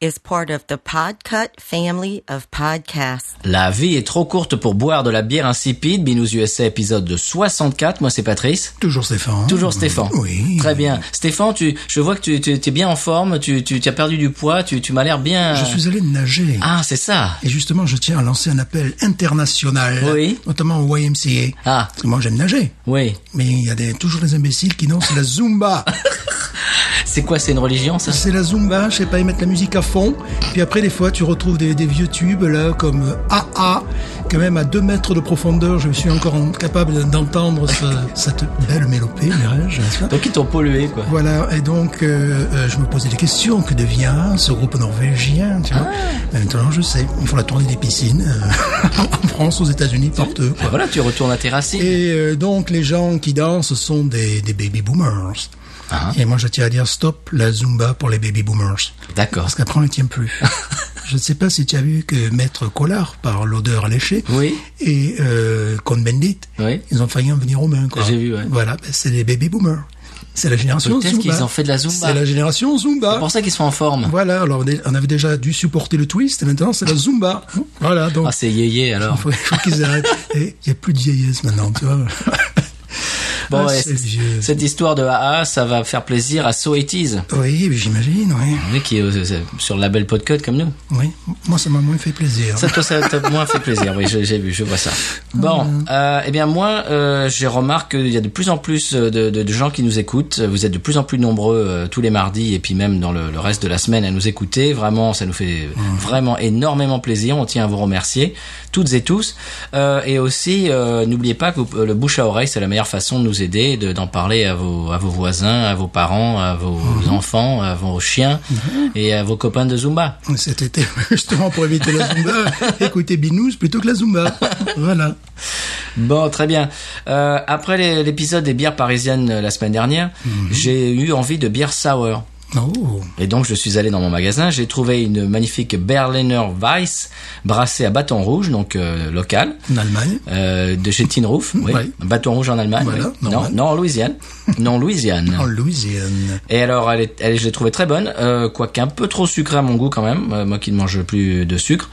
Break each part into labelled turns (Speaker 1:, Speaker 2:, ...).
Speaker 1: is part of the Podcut family of podcasts.
Speaker 2: La vie est trop courte pour boire de la bière insipide. Binous USA épisode de 64. Moi c'est Patrice.
Speaker 3: Toujours Stéphane.
Speaker 2: Toujours Stéphane.
Speaker 3: Oui.
Speaker 2: Très bien. Stéphane, tu, je vois que tu, tu es bien en forme, tu, tu, tu as perdu du poids, tu, tu m'as l'air bien.
Speaker 3: Je suis allé nager.
Speaker 2: Ah, c'est ça.
Speaker 3: Et justement, je tiens à lancer un appel international.
Speaker 2: Oui.
Speaker 3: Notamment au YMCA.
Speaker 2: Ah.
Speaker 3: Parce que moi, j'aime nager.
Speaker 2: Oui.
Speaker 3: Mais il y a des, toujours des imbéciles qui dansent la Zumba.
Speaker 2: C'est quoi, c'est une religion, ça?
Speaker 3: C'est la Zumba, je sais pas, ils mettent la musique à fond. Puis après, des fois, tu retrouves des, des vieux tubes, là, comme euh, AA, quand même à 2 mètres de profondeur, je suis encore en- capable d'entendre ce- cette belle mélopée, dirais-je, n'est-ce pas
Speaker 2: Donc ils t'ont pollué, quoi.
Speaker 3: Voilà, et donc euh, euh, je me posais des questions. Que devient ce groupe norvégien tu vois Mais Maintenant, je sais. Ils font la tournée des piscines euh, en France, aux États-Unis, partout.
Speaker 2: Ben voilà, tu retournes à tes racines.
Speaker 3: Et euh, donc, les gens qui dansent sont des, des baby boomers. Et moi, je tiens à dire stop la Zumba pour les baby boomers.
Speaker 2: D'accord.
Speaker 3: Parce qu'après, on ne tient plus. je ne sais pas si tu as vu que Maître Collard, par l'odeur alléchée,
Speaker 2: Oui.
Speaker 3: et euh, Cohn Bendit,
Speaker 2: Oui.
Speaker 3: ils ont failli en venir aux mains. quoi.
Speaker 2: J'ai vu, ouais.
Speaker 3: Voilà, ben, c'est les baby boomers. C'est la génération
Speaker 2: Peut-être
Speaker 3: Zumba.
Speaker 2: qu'ils ont fait de la Zumba.
Speaker 3: C'est la génération
Speaker 2: C'est
Speaker 3: Zumba.
Speaker 2: pour ça qu'ils sont en forme.
Speaker 3: Voilà, alors on est- on avait déjà dû supporter le twist, et maintenant c'est la Zumba. Voilà, donc
Speaker 2: Ah, c'est yéyé, alors.
Speaker 3: il faut, il faut qu'ils arrêtent. Et Il n'y a plus de vieillesse maintenant, tu vois.
Speaker 2: Bon,
Speaker 3: Ah,
Speaker 2: ouais,
Speaker 3: c'est vieux.
Speaker 2: cette histoire de AA, ça va faire plaisir à So 80s.
Speaker 3: Oui, j'imagine, oui.
Speaker 2: Oui, qui est euh, sur le label Podcut comme nous.
Speaker 3: oui. Moi, ça m'a moins fait plaisir.
Speaker 2: Ça, toi, ça t'a moins fait plaisir. Oui, je- j'ai vu, je vois ça. Bon, euh, eh bien moi, euh, je remarque qu'il y a de plus en plus de, de- de gens qui nous écoutent. Vous êtes de plus en plus nombreux euh, tous les mardis et puis même dans le, le reste de la semaine à nous écouter. Vraiment, ça nous fait vraiment énormément plaisir. On tient à vous remercier toutes et tous. Euh, et aussi, euh, n'oubliez pas que vous- le bouche à oreille, c'est la meilleure façon de nous aider, de- d'en parler à vos, à vos voisins, à vos parents, à vos enfants, à vos chiens et à vos copains de Zumba.
Speaker 3: hein, Cet été, justement, pour éviter la Zumba, écoutez Binous plutôt que la Zumba. Voilà.
Speaker 2: Bon, très bien. Euh, après les- l'épisode des bières parisiennes euh, la semaine dernière,
Speaker 3: Mhm.
Speaker 2: j'ai eu envie de bière sour.
Speaker 3: Oh,
Speaker 2: Et donc je suis allé dans mon magasin, j'ai trouvé une magnifique Berliner Weiss brassée à bâton rouge, donc euh, locale,
Speaker 3: en Allemagne.
Speaker 2: euh, de chez Tinroof. Oui.
Speaker 3: Ouais.
Speaker 2: Bâton rouge en Allemagne.
Speaker 3: Voilà,
Speaker 2: oui. Non,
Speaker 3: normal.
Speaker 2: non en Louisiane. non en Louisiane.
Speaker 3: En Louisiane.
Speaker 2: Et alors, elle est, elle, je l'ai trouvée très bonne, euh, quoique un peu trop sucrée à mon goût quand même, euh, moi qui ne mange plus de sucre.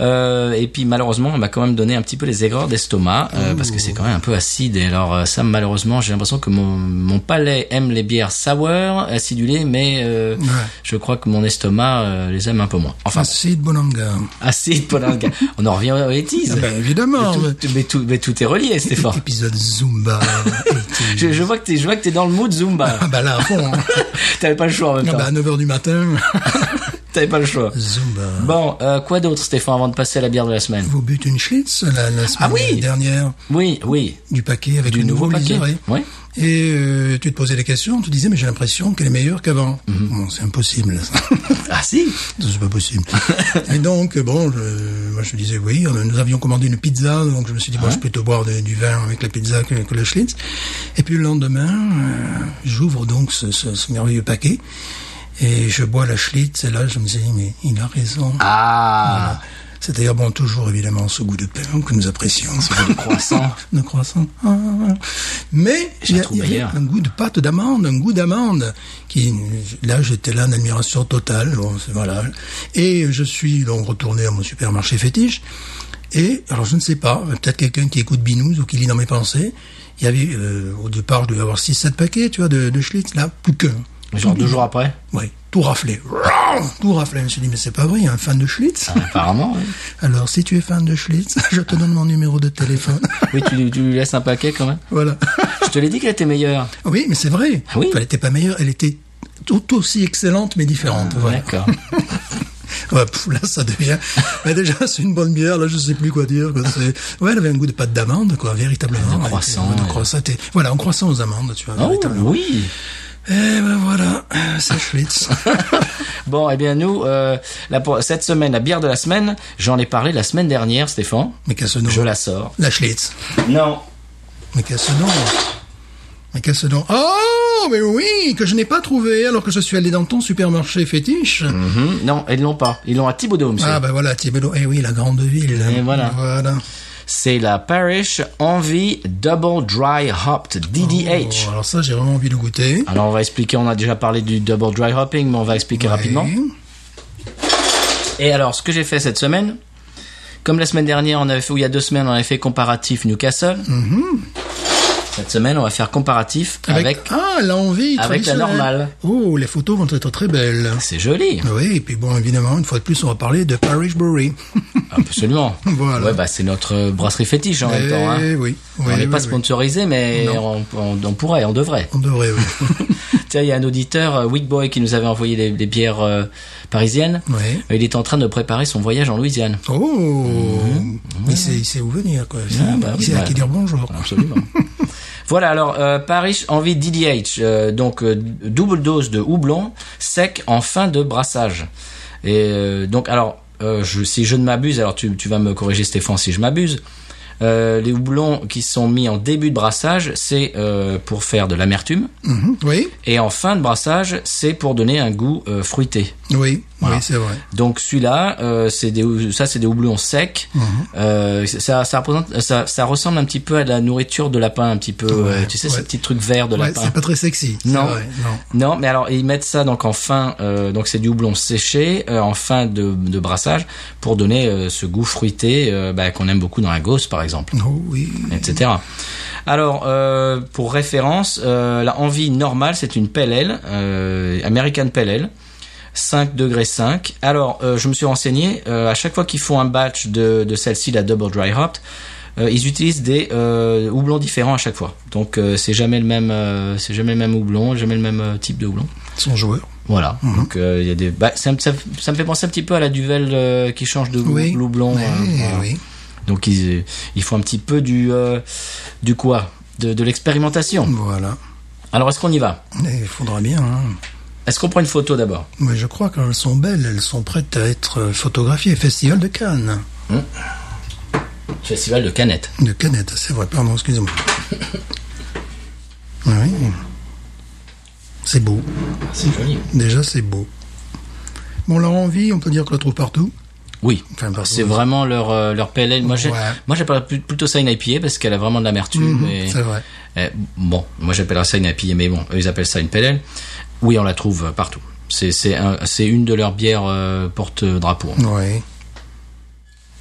Speaker 2: Euh, et puis malheureusement, elle m'a quand même donné un petit peu les aigreurs d'estomac, euh, parce que c'est quand même un peu acide. Et alors euh, ça, malheureusement, j'ai l'impression que mon, mon palais aime les bières sour, acidulées, mais euh, je crois que mon estomac euh, les aime un peu moins. Enfin,
Speaker 3: Facile Bonanga.
Speaker 2: acide, Polanka. On en revient aux étises.
Speaker 3: Ah ben,
Speaker 2: mais,
Speaker 3: évidemment.
Speaker 2: tout, mais, tout, mais tout est relié, Stéphane.
Speaker 3: Épisode Zumba.
Speaker 2: je, je vois que t'es, je vois que t'es dans le mood Zumba.
Speaker 3: Ah bah là, bon.
Speaker 2: T'avais pas le choix en même
Speaker 3: Ah bah,
Speaker 2: temps.
Speaker 3: à 9h du matin,
Speaker 2: T'avais pas le choix.
Speaker 3: Zumba.
Speaker 2: Bon, euh, quoi d'autre, Stéphane, avant de passer à la bière de la semaine
Speaker 3: Vous butez une Schlitz la, la semaine
Speaker 2: Ah oui
Speaker 3: dernière
Speaker 2: Oui, oui.
Speaker 3: du paquet avec le nouveau, liseré.
Speaker 2: Oui.
Speaker 3: Et euh, tu te posais des questions, tu disais mais j'ai l'impression qu'elle est meilleure qu'avant. Bon, c'est impossible. ça.
Speaker 2: Ah si
Speaker 3: c'est pas possible. Et donc bon, je, moi je disais oui, euh, nous avions commandé une pizza, donc je me suis dit bon, je vais plutôt boire de- du vin avec la pizza que, que la Schlitz. Et puis le lendemain, euh, j'ouvre donc ce, ce- ce merveilleux paquet. Et je bois la Schlitz, et là, je me dis, mais il a raison.
Speaker 2: Ah
Speaker 3: C'est-à-dire, bon, toujours évidemment ce goût de pain que nous apprécions.
Speaker 2: De croissant.
Speaker 3: de croissant. Ah, ah, ah. Mais
Speaker 2: Je
Speaker 3: il y
Speaker 2: la
Speaker 3: a,
Speaker 2: trouve
Speaker 3: il y a
Speaker 2: meilleure.
Speaker 3: un goût de pâte d'amande, un goût d'amande qui là j'étais là en admiration totale. Bon, c'est- voilà. Et je suis donc retourné à mon supermarché fétiche. Et alors je ne sais pas, peut-être quelqu'un qui écoute Binous ou qui lit dans mes pensées. Il y avait euh, au départ je devais avoir 6-7 paquets, tu vois, de, de Schlitz là, plus qu'un.
Speaker 2: Genre deux jours après
Speaker 3: Ouais, tout raflé. Tout raflé. Je me suis dit mais c'est pas vrai, il y a un fan de Schlitz.
Speaker 2: Ah. Apparemment, oui.
Speaker 3: Alors si tu es fan de Schlitz, je te donne mon numéro de téléphone.
Speaker 2: Oui, tu, tu lui laisses un paquet quand même.
Speaker 3: voilà.
Speaker 2: Je te l'ai dit qu'elle était meilleure.
Speaker 3: Oui, mais c'est vrai.
Speaker 2: Ah oui
Speaker 3: Enfin, elle n'était pas meilleure, elle était tout aussi excellente mais
Speaker 2: Ah,
Speaker 3: différente. voilà.
Speaker 2: D'accord.
Speaker 3: Ouais, pff, là, ça devient. mais déjà, c'est une bonne bière. Là, je sais plus quoi dire. quoi. C'est- Ouais, elle avait un goût de pâte d'amande, quoi, véritablement.
Speaker 2: Ah, De
Speaker 3: Elle était-
Speaker 2: croissant,
Speaker 3: ouais, De
Speaker 2: ouais.
Speaker 3: croissant. T'es- Voilà, en croissant aux amandes, tu vois.
Speaker 2: Oh,
Speaker 3: véritablement.
Speaker 2: oui
Speaker 3: Eh ben voilà, euh, c'est Schwitz.
Speaker 2: Bon, eh bien nous, euh, la, pour- cette semaine, la bière de la semaine, j'en ai parlé la semaine dernière, Stéphane.
Speaker 3: Mais qu'à ce nom.
Speaker 2: Je la sors.
Speaker 3: La Schlitz.
Speaker 2: Non.
Speaker 3: Mais qu'à ce nom. Mais qu'à ce nom. Oh, mais oui, que je n'ai pas trouvé alors que je suis allé dans ton supermarché fétiche.
Speaker 2: Mhm. Non, ils l'ont pas. Ils l'ont à Thibaudot, monsieur.
Speaker 3: Ah ben voilà, Thibodeau. Eh oui, la grande ville.
Speaker 2: Et voilà.
Speaker 3: Voilà.
Speaker 2: C'est la Parish Envy Double Dry Hopped, DDH.
Speaker 3: Oh, alors ça, j'ai vraiment envie de goûter.
Speaker 2: Alors on va expliquer, on a déjà parlé du double dry hopping, mais on va expliquer rapidement. Et alors ce que j'ai fait cette semaine, comme la semaine dernière, on avait fait, ou il y a deux semaines, on avait fait comparatif Newcastle.
Speaker 3: Mhm.
Speaker 2: Cette semaine, on va faire comparatif avec...
Speaker 3: ah l'envie
Speaker 2: avec la
Speaker 3: traditionnelle.
Speaker 2: normale.
Speaker 3: Oh, les photos vont être très belles.
Speaker 2: C'est joli,
Speaker 3: Oui, et puis bon, évidemment, une fois de plus, on va parler de Parish Brewery.
Speaker 2: absolument.
Speaker 3: Voilà.
Speaker 2: Ouais, bah c'est notre euh, brasserie fétiche en même temps. hein.
Speaker 3: Eh oui,
Speaker 2: on n'est
Speaker 3: oui,
Speaker 2: pas
Speaker 3: oui,
Speaker 2: sponsorisé, mais on, on- on pourrait, on devrait.
Speaker 3: oui. On devrait, oui.
Speaker 2: Tiens, il y a un auditeur, euh, Wigboy, qui nous avait envoyé des, des bières euh, parisiennes.
Speaker 3: oui.
Speaker 2: Il est en train de préparer son voyage en Louisiane.
Speaker 3: Oh Il sait- Il sait où venir, quoi. Il-
Speaker 2: Mhm. bah
Speaker 3: il
Speaker 2: oui,
Speaker 3: sait à
Speaker 2: bah.
Speaker 3: qui dire bonjour.
Speaker 2: Absolument. voilà, alors euh, Paris envie DDH, euh, donc euh, double dose de houblon sec en fin de brassage. Et euh, donc alors, euh, je, si je ne m'abuse, alors tu, tu vas me corriger Stéphane si je m'abuse. euh, les houblons qui sont mis en début de brassage, c'est euh, pour faire de l'amertume,
Speaker 3: Mhm. Oui,
Speaker 2: et en fin de brassage, c'est pour donner un goût euh, fruité.
Speaker 3: oui, oui, c'est vrai.
Speaker 2: Donc celui-là, euh, c'est des, ça c'est des houblons secs.
Speaker 3: Mhm.
Speaker 2: Euh, ça, ça, représente, ça, ça ressemble un petit peu à de la nourriture de lapin, un petit peu. euh, tu sais,
Speaker 3: ouais.
Speaker 2: ce petit truc vert de
Speaker 3: Ouais,
Speaker 2: lapin.
Speaker 3: c'est pas très sexy. c'est
Speaker 2: Non.
Speaker 3: vrai, non.
Speaker 2: Non, mais alors ils mettent ça donc en fin, euh, donc c'est du houblon séché euh, en fin de, de brassage pour donner euh, ce goût fruité euh, bah, qu'on aime beaucoup dans la gausse par exemple,
Speaker 3: Oh oui.
Speaker 2: etc. Alors euh, pour référence, euh, la envie normale c'est une pale ale, euh, American pale ale. 5 degrés 5. Alors, euh, je me suis renseigné, euh, à chaque fois qu'ils font un batch de, de celle-ci, la Double Dry Hopped, euh, ils utilisent des euh, houblons différents à chaque fois. Donc, euh, c'est jamais le même, euh, c'est jamais le même houblon, jamais le même euh, type de houblon.
Speaker 3: Son joueur.
Speaker 2: Voilà.
Speaker 3: Mhm.
Speaker 2: Donc, euh, il y a des, bah, ça, me- ça, ça me fait penser un petit peu à la Duvel euh, qui change de hou-
Speaker 3: Oui.
Speaker 2: houblon.
Speaker 3: Ouais,
Speaker 2: euh, voilà.
Speaker 3: oui.
Speaker 2: Donc, ils, ils font un petit peu du, euh, du quoi? De, de l'expérimentation.
Speaker 3: Voilà.
Speaker 2: Alors, est-ce qu'on y va?
Speaker 3: Il faudra bien. Hein.
Speaker 2: Est-ce qu'on prend une photo d'abord?
Speaker 3: Mais je crois qu'elles sont belles, elles sont prêtes à être euh, photographiées. Festival de Cannes.
Speaker 2: Festival de Canette.
Speaker 3: De Canette, c'est vrai, pardon, excusez-moi. Oui. C'est beau.
Speaker 2: C'est joli.
Speaker 3: Déjà, c'est beau. Bon, leur envie, on peut dire qu'on la trouve partout.
Speaker 2: Oui,
Speaker 3: Enfin, pardon.
Speaker 2: c'est vraiment leur euh, leur PLL. Moi, j'ai
Speaker 3: Ouais.
Speaker 2: moi j'appelle plus- plutôt ça une IPA parce qu'elle a vraiment de l'amertume. et-
Speaker 3: C'est vrai.
Speaker 2: eh, bon, moi j'appellerais ça une IPA, mais bon, eux, ils appellent ça une PLL. Oui, on la trouve euh, partout. C'est c'est un- c'est une de leurs bières euh, porte-drapeau.
Speaker 3: Oui. Oh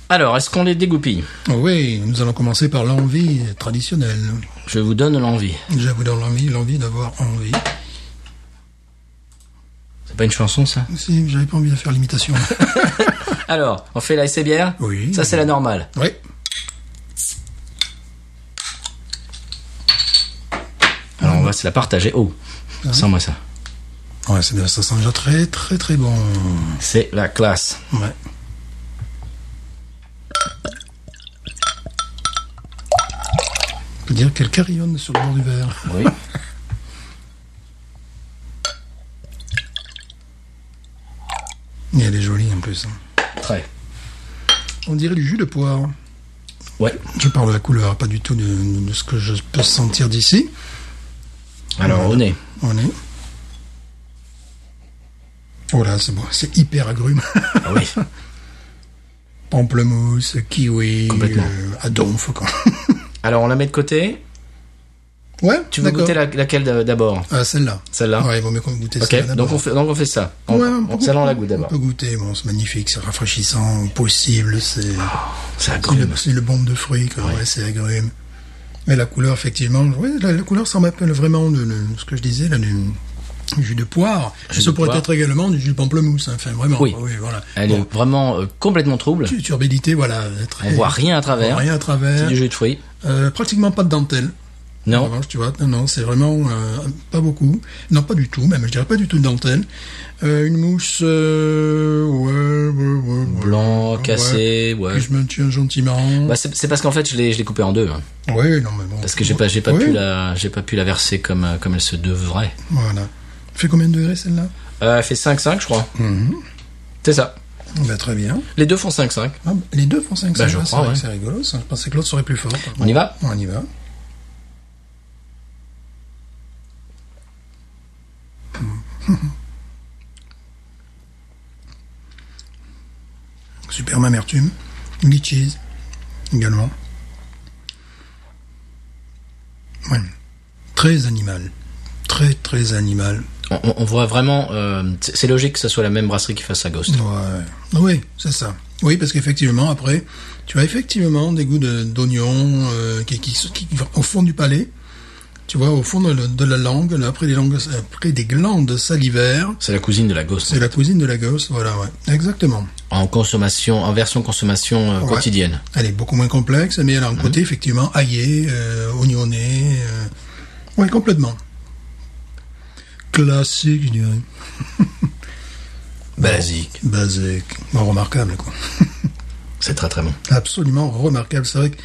Speaker 2: Alors, est-ce qu'on les dégoupille
Speaker 3: Oui, nous allons commencer par l'envie traditionnelle.
Speaker 2: Je vous donne l'envie.
Speaker 3: Déjà, vous donne l'envie, l'envie d'avoir envie.
Speaker 2: C'est pas une chanson ça
Speaker 3: Si, j'avais pas envie de faire l'imitation.
Speaker 2: Alors, on fait la SC bière
Speaker 3: Oui.
Speaker 2: Ça c'est la normale.
Speaker 3: oui.
Speaker 2: Alors on va se la partager. Oh, sans moi ça.
Speaker 3: Ouais, c'est- ça sent déjà très, très, très bon.
Speaker 2: C'est la classe.
Speaker 3: Ouais. On peut dire qu'elle carillonne sur le bord du verre.
Speaker 2: Oui.
Speaker 3: Et elle est jolie en plus. hein.
Speaker 2: Très.
Speaker 3: On dirait du jus de poire.
Speaker 2: Ouais.
Speaker 3: Je parle de la couleur, pas du tout de, de ce que je peux sentir d'ici.
Speaker 2: Alors au nez.
Speaker 3: On est. Oh là, c'est bon, c'est hyper agrume.
Speaker 2: Ah oui.
Speaker 3: Pamplemousse, kiwi,
Speaker 2: Complètement.
Speaker 3: euh, adonf, quoi.
Speaker 2: Alors on la met de côté.
Speaker 3: ouais,
Speaker 2: Tu veux
Speaker 3: d'accord.
Speaker 2: goûter la- laquelle euh, d'abord
Speaker 3: Ah, celle-là.
Speaker 2: Celle-là
Speaker 3: Ouais, il vaut mieux qu'on goûte
Speaker 2: Ok,
Speaker 3: celle-là.
Speaker 2: donc on,
Speaker 3: d'abord.
Speaker 2: fait, donc on fait ça. On,
Speaker 3: Ouais,
Speaker 2: on-
Speaker 3: on peut-
Speaker 2: celle-là, on la goûte
Speaker 3: On
Speaker 2: d'abord.
Speaker 3: peut goûter, bon, c'est magnifique, c'est rafraîchissant, possible, c'est.
Speaker 2: Ça
Speaker 3: C'est le, c'est le bombe de fruits, quoi. Ouais, c'est agrume. Mais la couleur, effectivement, ouais, la, la couleur, ça m'appelle vraiment de, ce que je disais, là, du, du jus de poire. Et ça
Speaker 2: de
Speaker 3: pourrait
Speaker 2: poire.
Speaker 3: être également du jus de pamplemousse, hein. enfin, vraiment.
Speaker 2: Oui.
Speaker 3: voilà.
Speaker 2: Elle
Speaker 3: Bon,
Speaker 2: est vraiment euh, complètement trouble.
Speaker 3: tu- turbidité, voilà. Très,
Speaker 2: On voit rien à travers.
Speaker 3: Rien à
Speaker 2: C'est
Speaker 3: travers.
Speaker 2: du jus de fruits.
Speaker 3: Euh, pratiquement pas de dentelle.
Speaker 2: Non.
Speaker 3: En revanche, tu vois, non, non, c'est vraiment euh, pas beaucoup. Non, pas du tout, même, je dirais pas du tout de dentelle. Euh, une mousse, euh, ouais, ouais, ouais, ouais.
Speaker 2: Blanc,
Speaker 3: Ouais.
Speaker 2: cassé, ouais.
Speaker 3: Que je me tiens gentiment.
Speaker 2: Bah, c'est c'est parce qu'en fait, je l'ai je l'ai coupé en deux. hein.
Speaker 3: ouais, non, mais bon.
Speaker 2: Parce que j'ai pas, j'ai pas
Speaker 3: Ouais,
Speaker 2: pu la, j'ai pas pu la verser comme, euh, comme elle se devrait.
Speaker 3: Voilà. Fait combien de degrés celle-là
Speaker 2: Euh, elle fait 5,5, je crois.
Speaker 3: Mhm.
Speaker 2: C'est ça.
Speaker 3: Bah, Très bien.
Speaker 2: Les deux font 5,5.
Speaker 3: Ah, bah, les deux font 5
Speaker 2: Bah, je crois, ouais.
Speaker 3: c'est rigolo. ça. Je pensais que l'autre serait plus fort. par contre.
Speaker 2: On y va
Speaker 3: On y va. Superbe amertume. Glitches également. Ouais. Très animal. Très très animal.
Speaker 2: On, on- on voit vraiment. euh, c'est c'est logique que ce soit la même brasserie qui fasse sa Ghost.
Speaker 3: Ouais. Oui, c'est ça. Oui, parce qu'effectivement, après, tu as effectivement des goûts de- d'oignon euh, qui, qui, qui- qui- au fond du palais. Tu vois, au fond de, la- de la langue, là, après, les langues, après des glandes salivaires.
Speaker 2: C'est la cousine de la Ghost.
Speaker 3: C'est la cousine de la gosse, voilà, ouais. Exactement.
Speaker 2: En consommation, en version consommation euh,
Speaker 3: Ouais.
Speaker 2: quotidienne.
Speaker 3: Elle est beaucoup moins complexe, mais elle a un côté, effectivement, aillé, euh, oignonné. euh, Ouais, complètement. Classique, je dirais.
Speaker 2: Basique.
Speaker 3: Basique. Bon, remarquable, quoi.
Speaker 2: C'est très très bon.
Speaker 3: Absolument remarquable. C'est vrai que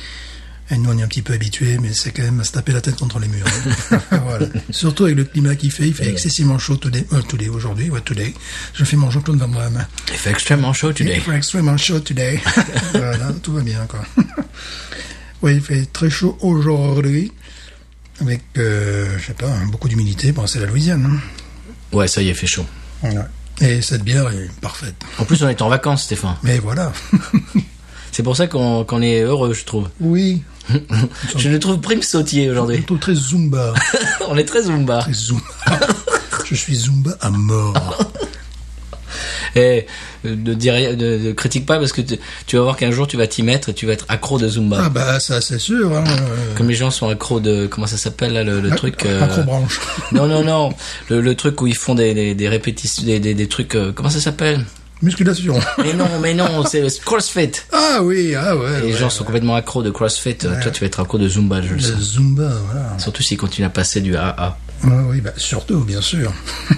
Speaker 3: et nous, on est un petit peu habitués, mais c'est quand même à se taper la tête contre les murs. hein. Voilà. Surtout avec le climat qui fait, il fait excessivement chaud today, euh, today aujourd'hui, ouais, today. Je fais mon Jean-Claude Van Damme.
Speaker 2: Il fait extrêmement chaud
Speaker 3: Il
Speaker 2: today.
Speaker 3: fait extrêmement chaud today. voilà, tout va bien, quoi. oui, il fait très chaud aujourd'hui, avec, euh, je sais pas, beaucoup d'humidité. Bon, c'est la Louisiane, hein.
Speaker 2: Ouais, ça y est, il fait chaud.
Speaker 3: Voilà. Et cette bière est parfaite.
Speaker 2: En plus, on est en vacances, Stéphane.
Speaker 3: Mais voilà.
Speaker 2: C'est pour ça qu'on qu'on est heureux, je trouve.
Speaker 3: oui.
Speaker 2: Je le trouve prime sautier
Speaker 3: Je
Speaker 2: aujourd'hui.
Speaker 3: trouve très Zumba.
Speaker 2: on est très zumba.
Speaker 3: Très Zumba. Je suis Zumba à mort.
Speaker 2: Et euh, ne, dis rien- ne- ne critique pas parce que tu, tu vas voir qu'un jour tu vas t'y mettre et tu vas être accro de Zumba.
Speaker 3: Ah bah ça c'est sûr. Hein. euh,
Speaker 2: Comme les gens sont accros de comment ça s'appelle là le, le
Speaker 3: ac-
Speaker 2: truc euh,
Speaker 3: Acrobranche.
Speaker 2: non non non le, le truc où ils font des, des, des répétitions des, des, des trucs euh, comment ça s'appelle
Speaker 3: Musculation.
Speaker 2: mais non mais non c'est le CrossFit
Speaker 3: Ah oui, ah ouais.
Speaker 2: les
Speaker 3: ouais.
Speaker 2: gens sont complètement accros de CrossFit Euh, toi tu vas être accro de Zumba je le
Speaker 3: Le
Speaker 2: sais
Speaker 3: Euh, Zumba, voilà.
Speaker 2: surtout s'ils continuent à passer du AA
Speaker 3: Ouais, oui, bah, surtout, bien sûr. tu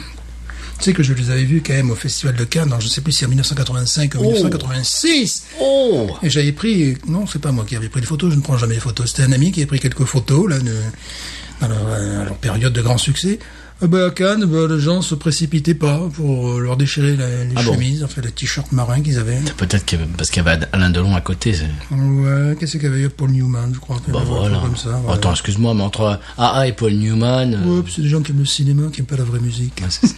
Speaker 3: sais que je les avais vus quand même au Festival de Cannes, alors je sais plus si en 1985 ou 1986.
Speaker 2: oh
Speaker 3: Et j'avais pris, non, c'est pas moi qui avais pris les photos, je ne prends jamais les photos. C'était un ami qui avait pris quelques photos, là, de, dans leur, euh, leur période de grand succès. Euh, bah, à Cannes, bah, les gens se précipitaient pas pour euh, leur déchirer la- les
Speaker 2: Ah bon
Speaker 3: chemises, enfin, les t-shirts marins qu'ils avaient. Oh,
Speaker 2: peut-être qu'il y avait- parce qu'il y avait Alain Delon à côté c'est-
Speaker 3: Ouais, qu'est-ce qu'il y avait eu Paul Newman, je crois.
Speaker 2: bah
Speaker 3: un truc
Speaker 2: voilà
Speaker 3: Comme ça, voilà.
Speaker 2: attends excuse-moi mais entre AA et Paul Newman euh,
Speaker 3: Ouais, puis c'est des gens qui aiment le cinéma, qui aiment pas la vraie musique.
Speaker 2: ouais, c'est ça.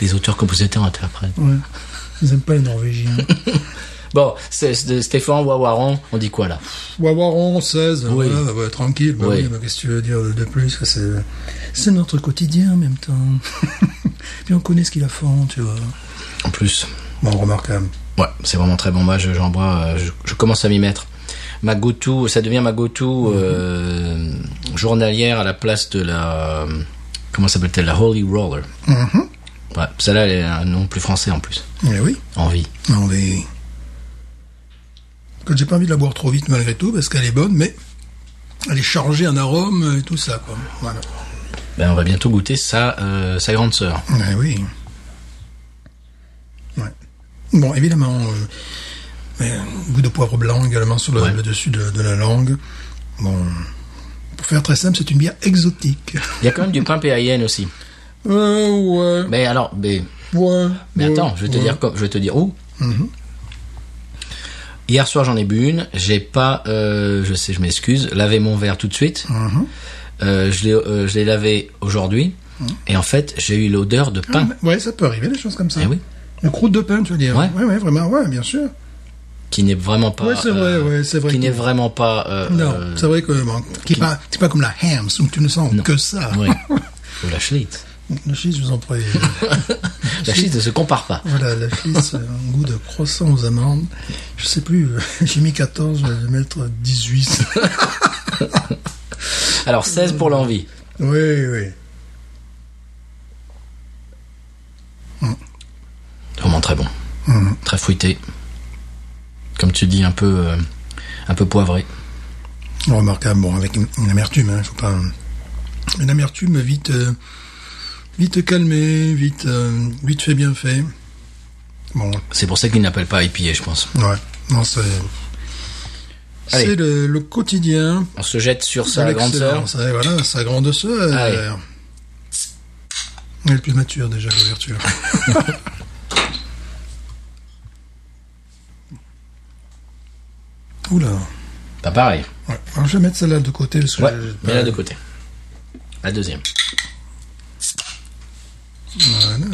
Speaker 2: les auteurs compositeurs interprètes
Speaker 3: Ouais. Ils aiment pas les Norvégiens.
Speaker 2: Bon, c'est c'est- Stéphane Wawaron, on dit quoi là
Speaker 3: Wawaron, 16,
Speaker 2: Oui.
Speaker 3: voilà, ouais, tranquille. bah
Speaker 2: Oui.
Speaker 3: oui, bah, qu'est-ce que tu veux dire de plus que c'est, c'est notre quotidien en même temps. Puis on connaît ce qu'ils la font, tu vois.
Speaker 2: En plus,
Speaker 3: Bon, remarquable.
Speaker 2: ouais, c'est vraiment très bon. Moi, je- j'en bois, euh, je, je commence à m'y mettre. Ma go-to, ça devient ma go-to euh, journalière à la place de la. Comment s'appelle-t-elle La Holy Roller.
Speaker 3: Mm-hmm.
Speaker 2: Ouais, celle-là, elle a un nom plus français en plus.
Speaker 3: Mais Eh oui,
Speaker 2: Envie.
Speaker 3: non mais... Que j'ai pas envie de la boire trop vite malgré tout, parce qu'elle est bonne, mais elle est chargée en arômes et tout ça, quoi. Voilà.
Speaker 2: Ben, on va bientôt goûter sa, euh, sa grande sœur.
Speaker 3: Ouais, Eh oui. Ouais. Bon, évidemment, euh, mais, euh, goût de poivre blanc également sur le,
Speaker 2: Ouais.
Speaker 3: le dessus de, de la langue. Bon, pour faire très simple, c'est une bière exotique.
Speaker 2: Il y a quand même du pain PAIN aussi.
Speaker 3: Euh, ouais,
Speaker 2: Mais alors, mais,
Speaker 3: ouais.
Speaker 2: mais
Speaker 3: ouais,
Speaker 2: attends, je vais te
Speaker 3: ouais.
Speaker 2: dire, comme- je vais te dire où. Hier soir, j'en ai bu une. J'ai pas, euh, je sais, je m'excuse, lavé mon verre tout de suite.
Speaker 3: Mm-hmm.
Speaker 2: Euh, je l'ai, euh, je l'ai lavé aujourd'hui.
Speaker 3: Mmh.
Speaker 2: Et en fait, j'ai eu l'odeur de pain
Speaker 3: Ouais, ça peut arriver, des choses comme ça.
Speaker 2: Eh oui.
Speaker 3: Une croûte de pain, tu veux dire
Speaker 2: Ouais.
Speaker 3: ouais, vraiment, ouais, bien sûr.
Speaker 2: qui n'est vraiment pas. euh,
Speaker 3: Ouais, c'est vrai, ouais, c'est vrai
Speaker 2: Qui
Speaker 3: que-
Speaker 2: n'est vraiment pas. euh,
Speaker 3: Non,
Speaker 2: euh,
Speaker 3: c'est vrai que bon, qui est pas, c'est pas comme la hams où tu ne sens que ça.
Speaker 2: oui. Ou Oh, la Schlitz.
Speaker 3: Le schiste, je vous en prie.
Speaker 2: La Schlitz ne se compare pas.
Speaker 3: Voilà, la fils, un goût de croissant aux amandes. Je sais plus, euh, j'ai mis 14, je vais mettre 18.
Speaker 2: Alors, 16 pour l'envie.
Speaker 3: oui, oui.
Speaker 2: Vraiment Oh, très bon.
Speaker 3: Hum.
Speaker 2: Très fruité. Comme tu dis, un peu, euh, un peu poivré.
Speaker 3: remarquable, bon, avec une, une amertume, hein, faut pas... Une amertume vite, euh, vite calmée, vite, euh, vite fait bien fait. Bon,
Speaker 2: C'est pour ça qu'ils n'appellent pas IPA, je pense.
Speaker 3: ouais, non, c'est...
Speaker 2: Allez.
Speaker 3: C'est le, le quotidien
Speaker 2: On se jette sur sa
Speaker 3: de
Speaker 2: grande sœur.
Speaker 3: l'excellence. Ouais, Voilà, sa grande sœur.
Speaker 2: Allez.
Speaker 3: Elle est plus mature déjà, l'ouverture. Oula.
Speaker 2: Pas pareil.
Speaker 3: Ouais. Alors, je vais mettre celle-là de côté. Parce que
Speaker 2: Ouais,
Speaker 3: je-
Speaker 2: mets-la de côté. La deuxième.
Speaker 3: Voilà.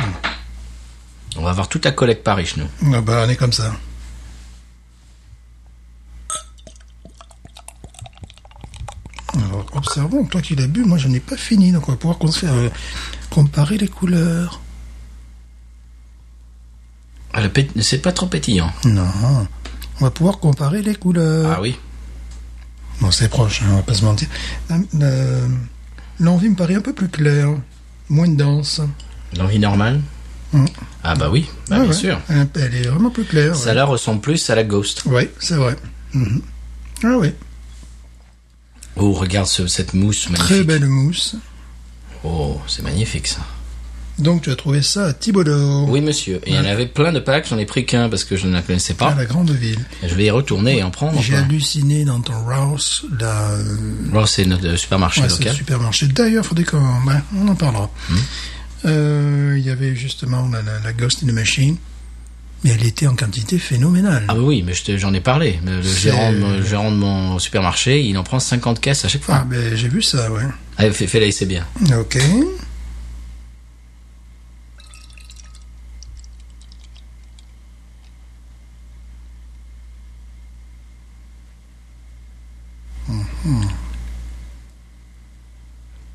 Speaker 2: On va avoir toute la collecte Paris, nous.
Speaker 3: Ah bah, on est comme ça. Alors, observons, toi qui l'as bu, moi je n'ai pas fini, donc on va pouvoir cons- euh, comparer les couleurs.
Speaker 2: Ah, le pét- C'est pas trop pétillant.
Speaker 3: Non, on va pouvoir comparer les couleurs.
Speaker 2: Ah oui.
Speaker 3: Bon, c'est proche, hein, on va pas se mentir. La- la- L'envie me paraît un peu plus claire, moins dense.
Speaker 2: L'envie normale
Speaker 3: Mm.
Speaker 2: Ah bah oui, bah,
Speaker 3: Ouais,
Speaker 2: bien
Speaker 3: ouais.
Speaker 2: sûr.
Speaker 3: Elle, elle est vraiment plus claire.
Speaker 2: Ça la ressemble plus à la Ghost.
Speaker 3: Oui, c'est vrai. Mhm. Ah oui,
Speaker 2: Oh, regarde ce- cette mousse magnifique.
Speaker 3: très belle mousse.
Speaker 2: Oh, c'est magnifique ça.
Speaker 3: Donc tu as trouvé ça à Thibaudot,
Speaker 2: Oui, monsieur. Et il y en avait plein de packs, j'en ai pris qu'un parce que je ne la connaissais
Speaker 3: à
Speaker 2: pas.
Speaker 3: la grande ville.
Speaker 2: Je vais y retourner et en prendre.
Speaker 3: J'ai
Speaker 2: Ah. quoi.
Speaker 3: halluciné dans ton Rouse, la,
Speaker 2: Bon, c'est notre euh, supermarché
Speaker 3: ouais, c'est le
Speaker 2: local. Hmm.
Speaker 3: supermarché. D'ailleurs, faudrait qu'on, ouais, on en parlera. Euh, Il y avait justement la, la- la Ghost in the Machine, mais elle était en quantité phénoménale.
Speaker 2: Ah bah oui, mais je te- j'en ai parlé. Le, le
Speaker 3: C'est-
Speaker 2: gérant, de mon- le gérant de mon supermarché, il en prend 50 caisses à chaque fois.
Speaker 3: Ah, ben j'ai vu ça, ouais.
Speaker 2: Allez, fais, fais la c'est bien.
Speaker 3: Ok.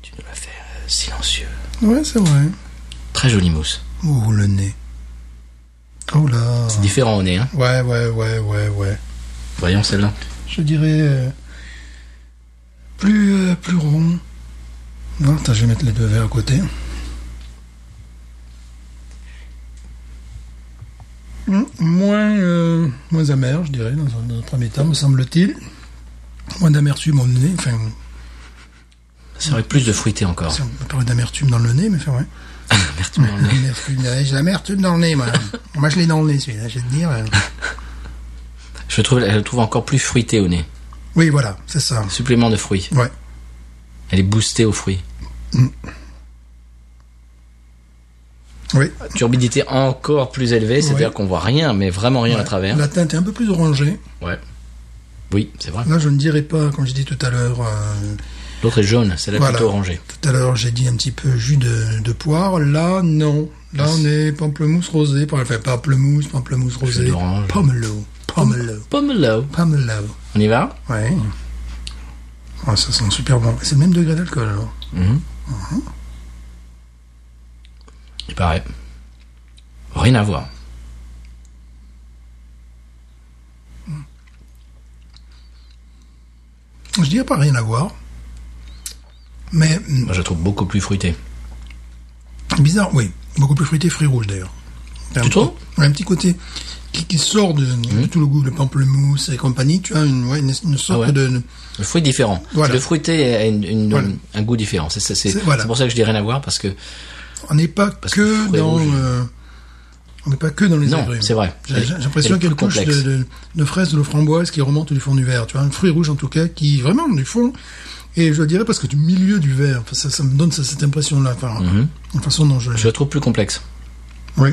Speaker 2: Tu nous l'as fait euh, silencieux.
Speaker 3: Ouais, c'est vrai.
Speaker 2: Très jolie mousse.
Speaker 3: Oh, le nez. Oh là.
Speaker 2: C'est différent au nez, hein.
Speaker 3: Ouais, ouais, ouais, ouais, ouais.
Speaker 2: Voyons celle-là.
Speaker 3: Je dirais euh, plus, euh, plus rond. Non, attends, je vais mettre les deux verres à côté. Hmm, Moins, euh, moins amer, je dirais, dans un, dans un premier temps, me semble-t-il. Moins d'amertume au nez, enfin,
Speaker 2: Ça aurait plus de fruité encore.
Speaker 3: ça, on parle d'amertume dans le nez, mais enfin, ouais.
Speaker 2: Amertume dans le nez.
Speaker 3: L'amertume, euh, J'ai l'amertume dans le nez, moi. moi, je l'ai dans le nez, celui-là, je vais te dire. euh.
Speaker 2: Je trouve, je la trouve encore plus fruitée au nez.
Speaker 3: Oui, voilà, c'est ça.
Speaker 2: Supplément de fruits.
Speaker 3: Ouais.
Speaker 2: Elle est boostée aux fruits.
Speaker 3: Oui.
Speaker 2: Turbidité encore plus élevée, c'est-à-dire
Speaker 3: Ouais.
Speaker 2: qu'on voit rien, mais vraiment rien à travers.
Speaker 3: La teinte est un peu plus orangée.
Speaker 2: Ouais. Oui, c'est vrai.
Speaker 3: Là, je ne dirais pas, comme j'ai dit tout à l'heure, euh,
Speaker 2: L'autre est jaune, celle-là
Speaker 3: Voilà.
Speaker 2: plutôt orangée.
Speaker 3: tout à l'heure, j'ai dit un petit peu jus de, de poire. Là, non. Là, on est pamplemousse rosé. par- Enfin, pamplemousse, pamplemousse rosé.
Speaker 2: d'orange.
Speaker 3: Pomelo. Pomelo.
Speaker 2: Pomelo.
Speaker 3: Pomelo.
Speaker 2: On y va
Speaker 3: Ouais. Ah, ça sent super bon. C'est le même degré d'alcool, alors.
Speaker 2: Il paraît. Rien à voir.
Speaker 3: Je dirais pas rien à voir. Mais, hum,
Speaker 2: Moi, je la trouve beaucoup plus fruitée.
Speaker 3: bizarre, oui. Beaucoup plus fruité, fruits rouges, d'ailleurs. Un
Speaker 2: Tu
Speaker 3: petit-
Speaker 2: trouves Mmh.
Speaker 3: ouais, Un petit côté qui, qui sort de, de tout le goût, le pamplemousse et compagnie. Tu as une, ouais, une, une sorte
Speaker 2: Ah ouais.
Speaker 3: de... de-
Speaker 2: Le fruit est différent.
Speaker 3: Voilà.
Speaker 2: Le fruité a une- une-
Speaker 3: Voilà.
Speaker 2: un goût différent. C'est ça, c'est-
Speaker 3: C'est- voilà.
Speaker 2: c'est pour ça que je dis rien à voir parce que
Speaker 3: On n'est pas
Speaker 2: Parce que
Speaker 3: que
Speaker 2: fruits
Speaker 3: dans
Speaker 2: rouges.
Speaker 3: euh, on n'est pas que dans les
Speaker 2: Non,
Speaker 3: agrumes.
Speaker 2: c'est vrai.
Speaker 3: J'ai j'ai
Speaker 2: Elle-
Speaker 3: l'impression
Speaker 2: elle est
Speaker 3: qu'il y a une
Speaker 2: plus
Speaker 3: couche de,
Speaker 2: complexe.
Speaker 3: de, de fraise, de framboise qui remonte du fond du verre. Tu vois, un fruit rouge en tout cas qui vraiment du fond. Et je le dirais parce que du milieu du verre, enfin, ça, ça me donne ça- cette impression-là. Enfin, La façon dont je.
Speaker 2: Mhm. je la trouve plus complexe.
Speaker 3: Oui.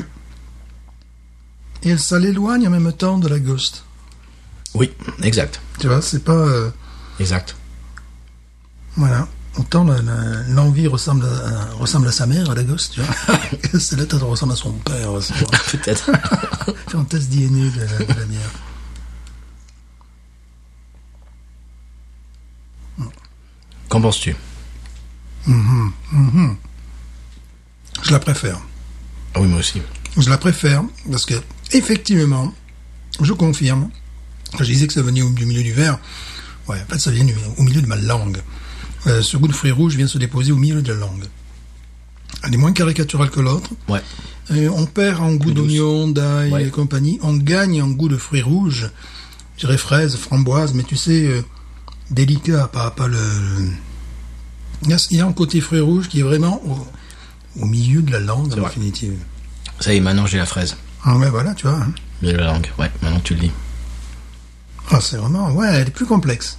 Speaker 3: Et elle- ça l'éloigne en même temps de la ghost.
Speaker 2: Oui, exact.
Speaker 3: Tu vois, c'est pas. euh,
Speaker 2: Exact.
Speaker 3: Voilà. Autant la- la- l'envie ressemble, à, à- ressemble à sa mère, à la gosse, tu vois. Et Celle-là, elle ressemble à son père. c'est vrai.
Speaker 2: Peut-être.
Speaker 3: Fais un test DNA de la, de la bière.
Speaker 2: Qu'en penses-tu
Speaker 3: Je la préfère.
Speaker 2: Ah Oui, moi aussi.
Speaker 3: Je la préfère parce que, effectivement, je confirme, quand je disais que ça venait au- du milieu du verre, ouais, en fait, ça vient du- au milieu de ma langue. Euh, ce goût de fruits rouges vient se déposer au milieu de la langue. Elle est moins caricaturale que l'autre.
Speaker 2: Ouais.
Speaker 3: Euh, on perd en goût
Speaker 2: douce.
Speaker 3: d'oignon, d'ail
Speaker 2: Ouais.
Speaker 3: et compagnie. On gagne en goût de fruits rouges. Je dirais fraises, framboises, mais tu sais, euh, délicat, pas, pas le. Il y a- il y a un côté fruit rouge qui est vraiment au, au milieu de la langue, en
Speaker 2: vrai.
Speaker 3: définitive.
Speaker 2: Ça y est, maintenant j'ai la fraise.
Speaker 3: Ah ouais, voilà, tu vois. hein.
Speaker 2: J'ai la langue. Ouais, maintenant tu le dis.
Speaker 3: Ah, c'est vraiment, ouais, elle est plus complexe.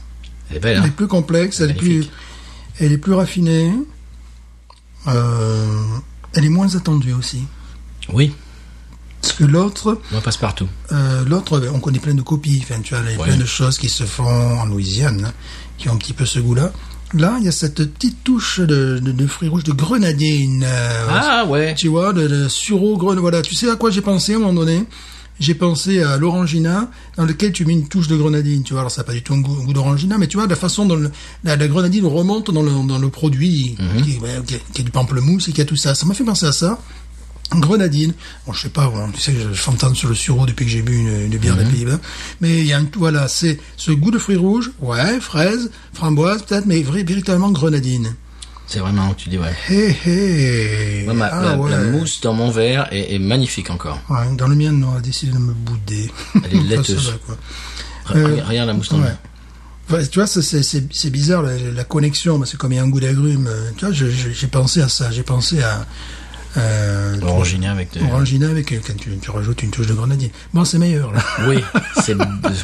Speaker 2: Elle est belle,
Speaker 3: Elle
Speaker 2: hein
Speaker 3: est plus complexe, elle est plus,
Speaker 2: Magnifique.
Speaker 3: elle est plus raffinée. Euh, elle est moins attendue aussi.
Speaker 2: Oui,
Speaker 3: Parce que l'autre,
Speaker 2: moi passe partout.
Speaker 3: euh, l'autre, on connaît plein de copies. Enfin, tu vois, il y a
Speaker 2: Ouais.
Speaker 3: plein de choses qui se font en Louisiane, hein, qui ont un petit peu ce goût-là. Là, il y a cette petite touche de, de, de fruits rouges, de grenadine. euh,
Speaker 2: Ah ouais
Speaker 3: tu vois, de, de sureau, grenadine. Voilà, tu sais à quoi j'ai pensé à un moment donné j'ai pensé à l'orangina dans lequel tu mets une touche de grenadine, tu vois. Alors ça n'a pas du tout un goût, un goût d'orangina, mais tu vois la façon dont le- la, la grenadine remonte dans le, dans le produit,
Speaker 2: Mhm.
Speaker 3: qui, est- ouais, qui est- qui est du pamplemousse et qui a tout ça. Ça m'a fait penser à ça. Grenadine, bon, je sais pas, ouais, tu sais, je, je fantôme sur le sureau depuis que j'ai bu une, une bière
Speaker 2: Mhm.
Speaker 3: des Pays-Bas, mais il y a un tout, voilà, c'est ce goût de fruits rouges, ouais, fraise, framboise peut-être, mais vrai- véritablement grenadine.
Speaker 2: C'est vraiment, tu dis ouais.
Speaker 3: Hé hé
Speaker 2: Moi, ma-
Speaker 3: Ah,
Speaker 2: la, la
Speaker 3: ouais.
Speaker 2: mousse dans mon verre est, est magnifique encore.
Speaker 3: Ouais, dans le mien, non, elle a décidé de me bouder.
Speaker 2: Elle est
Speaker 3: Ça, ça
Speaker 2: laiteuse.
Speaker 3: va, quoi.
Speaker 2: R-
Speaker 3: Euh,
Speaker 2: rien- rien la mousse dans le
Speaker 3: Ouais.
Speaker 2: verre.
Speaker 3: Enfin, tu vois, ça, c'est- c'est c'est bizarre la, la connexion, parce que comme il y a un goût d'agrumes, euh, tu vois, je- je- j'ai pensé à ça, j'ai pensé à... Euh,
Speaker 2: L'orangina avec des...
Speaker 3: Orangina avec quand tu, tu rajoutes une touche de grenadine. Bon, c'est meilleur là.
Speaker 2: Oui, c'est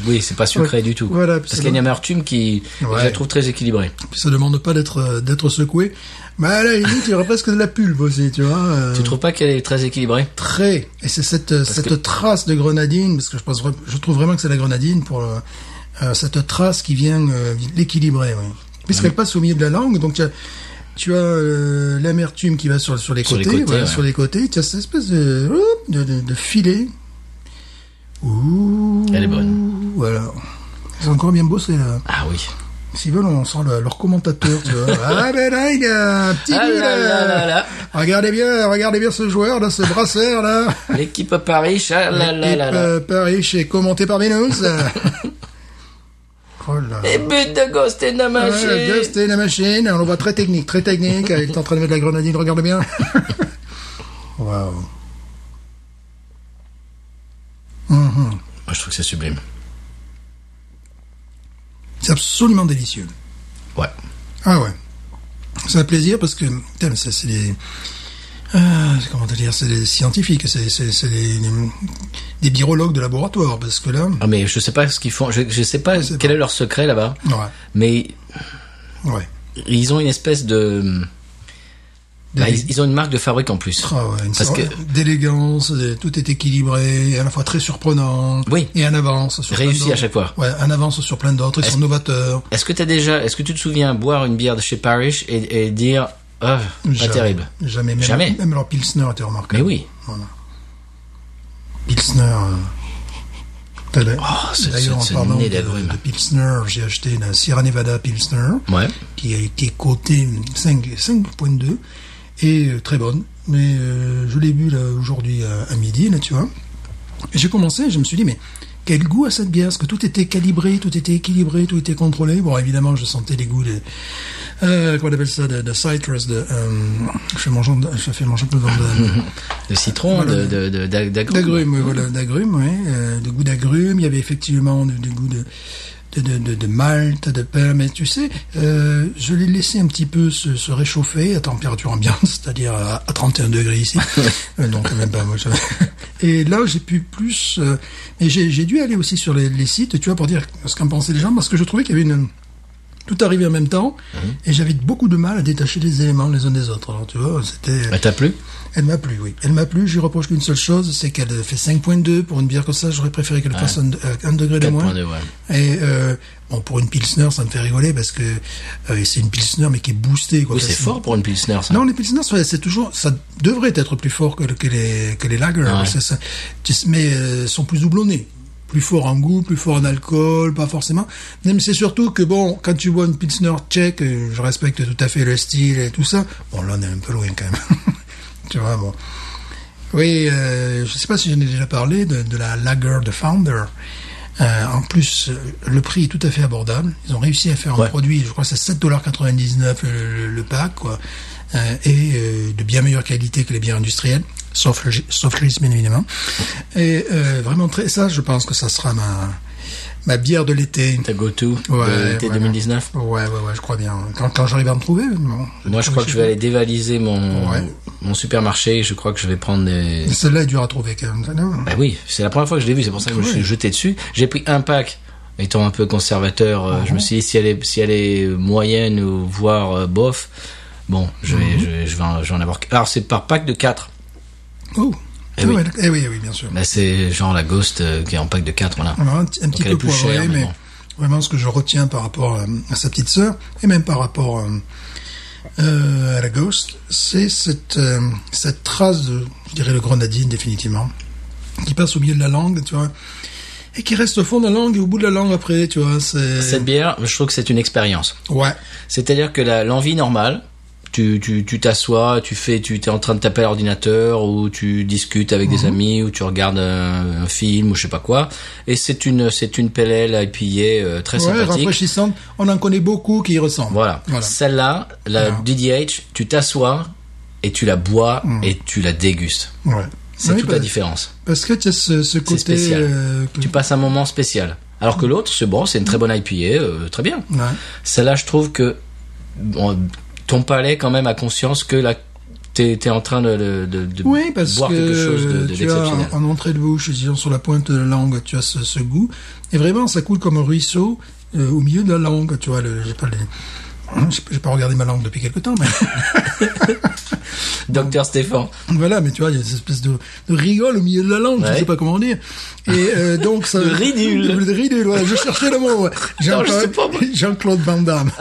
Speaker 2: oui, c'est pas sucré
Speaker 3: Ouais.
Speaker 2: du tout.
Speaker 3: Voilà,
Speaker 2: parce
Speaker 3: c'est
Speaker 2: qu'il y a une
Speaker 3: bon.
Speaker 2: amertume qui,
Speaker 3: Ouais.
Speaker 2: je la trouve très équilibrée.
Speaker 3: Ça demande pas d'être euh, d'être secoué. Mais à la limite, il y aurait presque de la pulpe aussi, tu vois. euh,
Speaker 2: Tu trouves pas qu'elle est très équilibrée
Speaker 3: trait et c'est cette cette trace de grenadine parce que je pense vra- je trouve vraiment que c'est la grenadine pour le- euh, cette trace qui vient euh, l'équilibrer oui. puisqu'elle
Speaker 2: Mm.
Speaker 3: passe au milieu de la langue donc tu as, tu as euh, l'amertume qui va sur sur les
Speaker 2: Sur les
Speaker 3: côtés,
Speaker 2: côtés,
Speaker 3: voilà,
Speaker 2: ouais.
Speaker 3: sur les côtés tu as cette espèce de de, de- de filet Ouh,
Speaker 2: Elle est bonne.
Speaker 3: voilà c'est euh, encore bien bossé là.
Speaker 2: Ah oui.
Speaker 3: S'ils veulent, on sent le- leur commentateur, tu vois. Ah ben là, il a un petit
Speaker 2: Ah
Speaker 3: but,
Speaker 2: là là là là.
Speaker 3: Regardez bien, regardez bien ce joueur là, ce brasseur là.
Speaker 2: L'équipe Paris, ah là là
Speaker 3: Et,
Speaker 2: là là.
Speaker 3: euh, Paris chez commenté par Benous. oh là.
Speaker 2: Et but de Ghost in the
Speaker 3: Ouais,
Speaker 2: Machine.
Speaker 3: Ghost in the Machine, on le voit très technique, très technique. Il est en train de mettre de la grenadine, regarde bien. Waouh. Mhm.
Speaker 2: Moi, je trouve que c'est sublime.
Speaker 3: C'est absolument délicieux.
Speaker 2: Ouais.
Speaker 3: Ah ouais. C'est un plaisir parce que, putain, ça, c'est des. ah, c'est- comment te dire C'est des scientifiques, c'est c'est- c'est des, des- des virologues de laboratoire parce que là.
Speaker 2: Ah mais je sais pas ce qu'ils font. Je, je sais pas
Speaker 3: sais
Speaker 2: quel est leur secret là-bas.
Speaker 3: Ouais,
Speaker 2: Mais
Speaker 3: ouais.
Speaker 2: ils ont une espèce de. Bah, ils, ils ont une marque de fabrique en plus.
Speaker 3: Ah ouais, une
Speaker 2: Parce
Speaker 3: sorte
Speaker 2: que-
Speaker 3: d'élégance, de- tout est équilibré, à la fois très surprenant,
Speaker 2: Oui.
Speaker 3: et en avance sur plein
Speaker 2: Réussi à
Speaker 3: d'autres.
Speaker 2: chaque fois.
Speaker 3: Ouais, en avance sur plein d'autres, ils sont novateurs.
Speaker 2: Est-ce que t'as déjà, est-ce que tu te souviens boire une bière de chez Parrish et, et dire, ah, pas
Speaker 3: Jamais-
Speaker 2: terrible.
Speaker 3: Jamais, même,
Speaker 2: Jamais.
Speaker 3: même leur Pilsner était remarquable.
Speaker 2: Mais oui.
Speaker 3: Pilsner. euh, t'as la-
Speaker 2: Oh, ce-
Speaker 3: D'ailleurs,
Speaker 2: ce-
Speaker 3: en
Speaker 2: ce
Speaker 3: parlant
Speaker 2: nez
Speaker 3: de,
Speaker 2: d'agrumes.
Speaker 3: de Pilsner, j'ai acheté la Sierra Nevada Pilsner,
Speaker 2: Ouais.
Speaker 3: qui, est- qui est cotée 5 5.2, et euh, très bonne. Mais euh, je l'ai bu là, aujourd'hui à, à midi, là, tu vois. Et J'ai commencé, je me suis dit, mais quel goût à cette bière Parce que tout était calibré, tout était équilibré, tout était contrôlé. Bon, évidemment, je sentais les goûts des... Euh, comment on appelle ça De, de citrus, de... euh, je, mange, je fais manger plein de...
Speaker 2: De citron,
Speaker 3: Voilà.
Speaker 2: de, de, de- d'ag- d'agrumes.
Speaker 3: D'agrumes, oui, voilà, d'agrumes, oui. Euh, de goût d'agrumes, il y avait effectivement du, du goût de, de, de, de, de malt, de pain, mais tu sais, euh, je l'ai laissé un petit peu se, se réchauffer à température ambiante, c'est-à-dire à, à 31 degrés ici. Euh, donc, même pas, moi, je- Et là, j'ai pu plus, euh, mais j'ai j'ai dû aller aussi sur les, les sites, tu vois, pour dire ce qu'en pensaient les gens, parce que je trouvais qu'il y avait une, tout arrivait en même temps, et j'avais beaucoup de mal à détacher les éléments les uns des autres. Alors, tu vois, c'était... euh,
Speaker 2: Bah, t'as plu?
Speaker 3: Elle m'a plu, oui. Elle m'a plu. Je lui reproche qu'une seule chose, c'est qu'elle fait 5.2 pour une bière comme ça. J'aurais préféré qu'elle fasse un, euh, un degré de moins.
Speaker 2: 4.2, ouais.
Speaker 3: Et euh, bon, pour une pilsner, ça me fait rigoler parce que euh, c'est une pilsner mais qui est boostée. Quoi,
Speaker 2: Oui, c'est
Speaker 3: Parce-
Speaker 2: fort pour une pilsner, ça.
Speaker 3: Non, les pilsners, ça- c'est toujours, ça devrait être plus fort que, le- que les que les lagers.
Speaker 2: Ah Ouais.
Speaker 3: c'est ça. Tu sais, Mais euh, sont plus doublonnés. Plus fort en goût, plus fort en alcool, pas forcément. Mais c'est surtout que bon, quand tu bois une pilsner tchèque, euh, je respecte tout à fait le style et tout ça. Bon, là, on est un peu loin quand même. tu vois, bon. Oui, euh, je sais pas si j'en ai déjà parlé de, de la lager de Founder. Euh, en plus, euh, le prix est tout à fait abordable. Ils ont réussi à faire un
Speaker 2: Ouais.
Speaker 3: produit, je crois que c'est 7,99$ le, le, le pack, quoi. Euh, et euh, de bien meilleure qualité que les bières industrielles, sauf le, gi- sauf le Gismin, évidemment. Et euh, vraiment très, ça, je pense que ça sera ma ma bière de l'été.
Speaker 2: Ta go-to
Speaker 3: Ouais,
Speaker 2: de l'été
Speaker 3: ouais.
Speaker 2: 2019
Speaker 3: Ouais, ouais, ouais, je crois bien. Quand, quand j'arrive à me trouver, bon,
Speaker 2: Moi, je crois que je vais aller dévaliser mon,
Speaker 3: Ouais.
Speaker 2: mon supermarché. Je crois que je vais prendre des...
Speaker 3: Mais Celle-là est dure à trouver quand même. Non.
Speaker 2: Bah oui, c'est la première fois que je l'ai vu, c'est pour ça que je me suis jeté dessus. J'ai pris un pack, étant un peu conservateur. euh, Je me suis dit, si elle est, si elle est euh, moyenne ou voire euh, bof, bon, je vais, je, vais- je vais en, je vais en avoir... qu- Alors, c'est par pack de 4.
Speaker 3: Oh.
Speaker 2: Eh
Speaker 3: Ah
Speaker 2: oui.
Speaker 3: ouais, eh oui, oui, bien sûr.
Speaker 2: Là, Bah, c'est genre la Ghost euh, qui est en pack de 4, voilà.
Speaker 3: Alors, un, petit- un petit
Speaker 2: elle est
Speaker 3: peu
Speaker 2: plus
Speaker 3: poivré,
Speaker 2: chère, mais
Speaker 3: mais,
Speaker 2: bon.
Speaker 3: vraiment ce que je retiens par rapport euh, à sa petite sœur et même par rapport euh, euh, à la Ghost, c'est cette, euh, cette trace de, je dirais, le grenadine définitivement, qui passe au milieu de la langue, tu vois, et qui reste au fond de la langue et au bout de la langue après, tu vois. C'est
Speaker 2: Cette bière, je trouve que c'est une expérience.
Speaker 3: ouais,
Speaker 2: C'est-à-dire que la- l'envie normale, tu tu- tu t'assois, tu, fais, tu es en train de taper à l'ordinateur ou tu discutes avec
Speaker 3: Mhm.
Speaker 2: des amis ou tu regardes un, un film ou je sais pas quoi. Et c'est une c'est une PLL à IPA euh, très
Speaker 3: ouais,
Speaker 2: sympathique.
Speaker 3: rafraîchissante. On en connaît beaucoup qui y ressemblent.
Speaker 2: Voilà. Celle-là, la
Speaker 3: Voilà.
Speaker 2: DDH, tu t'assois et tu la bois et tu la dégustes.
Speaker 3: Ouais.
Speaker 2: C'est
Speaker 3: Mhm. Oui, bah,
Speaker 2: toute la
Speaker 3: parce-
Speaker 2: différence.
Speaker 3: Parce que tu as ce, ce côté.
Speaker 2: spécial.
Speaker 3: euh, que-
Speaker 2: Tu passes un moment spécial. Alors que l'autre, c'est bon, c'est
Speaker 3: Mhm.
Speaker 2: une très bonne IPA, euh, très bien.
Speaker 3: Ouais.
Speaker 2: Celle-là, je trouve que bon, ton palais quand même a conscience que là, t'es t'es en train de, de, de- de
Speaker 3: Oui, parce
Speaker 2: boire
Speaker 3: que
Speaker 2: quelque chose de- de-
Speaker 3: tu as
Speaker 2: d'exceptionnel.
Speaker 3: en, en entrée de bouche, disons sur la pointe de la langue, tu as ce, ce goût. Et vraiment, ça coule comme un ruisseau euh, au milieu de la langue. Tu vois, le- j'ai pas, les- j'ai- j'ai pas regardé ma langue depuis quelque temps, mais
Speaker 2: Docteur Stéphane,
Speaker 3: voilà. Mais tu vois, il y a cette espèce de, de rigole au milieu de la langue. Je
Speaker 2: Ouais.
Speaker 3: sais pas comment dire. Et euh, donc ça.
Speaker 2: De ridule.
Speaker 3: De ridule. Voilà, je cherchais le mot. ouais.
Speaker 2: Non, je sais pas, moi.
Speaker 3: Jean-Claude Van Damme.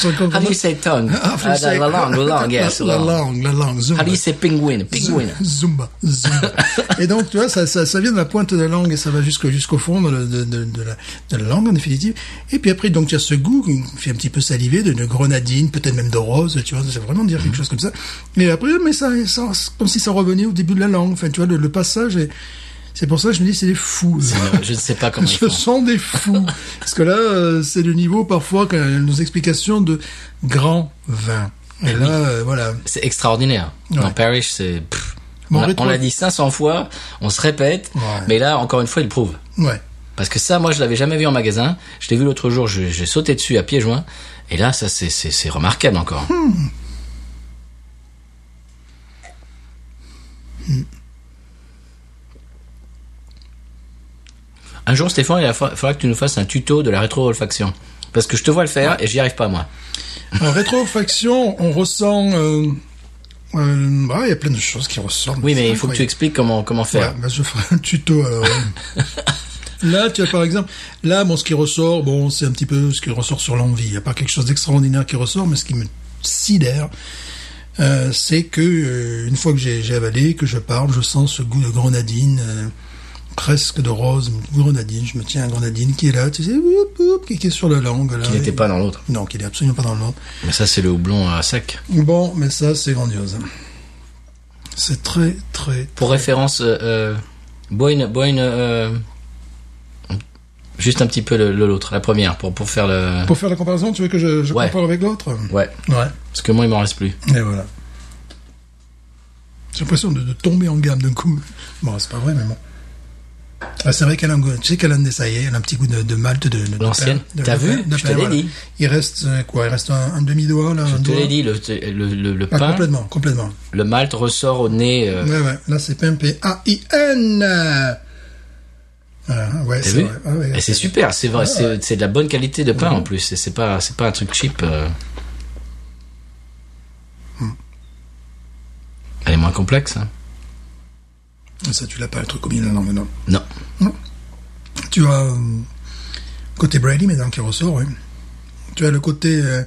Speaker 3: Jean-Claude
Speaker 2: how do
Speaker 3: Van Damme.
Speaker 2: you say tongue?
Speaker 3: Ah,
Speaker 2: Ah, la,
Speaker 3: français.
Speaker 2: la langue, la langue, Ah, yes.
Speaker 3: La langue, la langue. Zumba.
Speaker 2: How do you say penguin? Penguin.
Speaker 3: Zumba, Zumba. et donc, tu vois, ça, ça, ça vient de la pointe de la langue et ça va jusqu'au jusqu'au fond de, la- de, de, de la, de la langue, en définitive. Et puis après, donc, tu as ce goût qui me fait un petit peu saliver de, de grenadine, peut-être même de rose, tu vois, c'est vraiment dire quelque chose comme ça. Et après, mais ça, ça c'est comme si ça revenait au début de la langue. Enfin, tu vois, le, le passage est... C'est pour ça que je me dis, c'est des fous.
Speaker 2: Je ne sais pas comment ils
Speaker 3: Je
Speaker 2: font.
Speaker 3: sens des fous. Parce que là, euh, c'est le niveau parfois que nos explications de grand vin. Et
Speaker 2: Eh
Speaker 3: là, euh, voilà.
Speaker 2: C'est extraordinaire.
Speaker 3: Ouais.
Speaker 2: Dans Parrish, c'est... pff,
Speaker 3: Bon,
Speaker 2: on a-
Speaker 3: rétro-
Speaker 2: on l'a dit 500 fois, on se répète,
Speaker 3: Ouais.
Speaker 2: mais là, encore une fois, il prouve.
Speaker 3: Ouais.
Speaker 2: Parce que ça, moi, je l'avais jamais vu en magasin. Je l'ai vu l'autre jour, je- j'ai sauté dessus à pieds joints. Et là, ça, c'est- c'est c'est remarquable encore. Un jour, Stéphane, il va fa- faudra que tu nous fasses un tuto de la rétro-olfaction. Parce que je te vois le faire et j'y arrive pas, moi.
Speaker 3: En rétrofaction, on ressent. euh, euh, bah, il y a plein de choses qui ressortent.
Speaker 2: Oui,
Speaker 3: C'est
Speaker 2: mais il faut que tu
Speaker 3: incroyable.
Speaker 2: expliques comment, comment faire.
Speaker 3: Ouais, bah, je ferai un tuto alors. ouais. là, tu as par exemple, là, bon, ce qui ressort, bon, c'est un petit peu ce qui ressort sur l'envie. Il n'y a pas quelque chose d'extraordinaire qui ressort, mais ce qui me sidère, euh, c'est que euh, une fois que j'ai j'ai avalé, que je parle, je sens ce goût de grenadine. euh, presque de rose, grenadine, je me tiens à grenadine qui est là, tu sais, oup, oup, qui qui est sur la langue. Là,
Speaker 2: Qui n'était pas dans l'autre.
Speaker 3: Non, qui n'est absolument pas dans le monde.
Speaker 2: Mais ça, c'est le houblon à sec.
Speaker 3: Bon, mais ça, c'est grandiose. C'est très, très...
Speaker 2: Pour référence, euh, euh, bois une, bois une, euh, juste un petit peu le- le- l'autre, la première, pour, pour faire le.
Speaker 3: Pour faire la comparaison, tu veux que je, je
Speaker 2: Ouais.
Speaker 3: compare avec l'autre
Speaker 2: Ouais,
Speaker 3: Ouais.
Speaker 2: parce que moi, il m'en reste plus.
Speaker 3: Et voilà. J'ai l'impression de, de tomber en gamme d'un coup. Bon, c'est pas vrai, mais bon. Ah, c'est vrai qu'elle a un goût, tu sais qu'elle a un ça y est, elle a un petit goût de, de malte de, de- de
Speaker 2: L'ancienne.
Speaker 3: pain, de-
Speaker 2: T'as
Speaker 3: de
Speaker 2: vu
Speaker 3: pain, de
Speaker 2: Je te
Speaker 3: pain,
Speaker 2: l'ai
Speaker 3: voilà.
Speaker 2: dit.
Speaker 3: Il reste euh, quoi Il reste un, un demi-doigt là. un
Speaker 2: Je te
Speaker 3: doigt
Speaker 2: l'ai dit, le, le, le, le
Speaker 3: Pas
Speaker 2: pain,
Speaker 3: Ah, complètement, complètement.
Speaker 2: le malt ressort au nez. euh,
Speaker 3: Ouais, ouais, là c'est P-M-P-A-I-N Voilà, ouais,
Speaker 2: T'as
Speaker 3: c'est Ah,
Speaker 2: vu
Speaker 3: vrai. Ah ouais,
Speaker 2: Et c'est super, c'est vrai, c'est c'est de la bonne qualité de pain en plus. et C'est pas, c'est pas un truc cheap. euh.
Speaker 3: Hmm.
Speaker 2: Elle est moins complexe. hein.
Speaker 3: Ça, tu l'as pas, le truc au milieu de la langue, non
Speaker 2: Non.
Speaker 3: Tu as euh, côté Brady maintenant qui ressort, oui. Tu as le côté euh,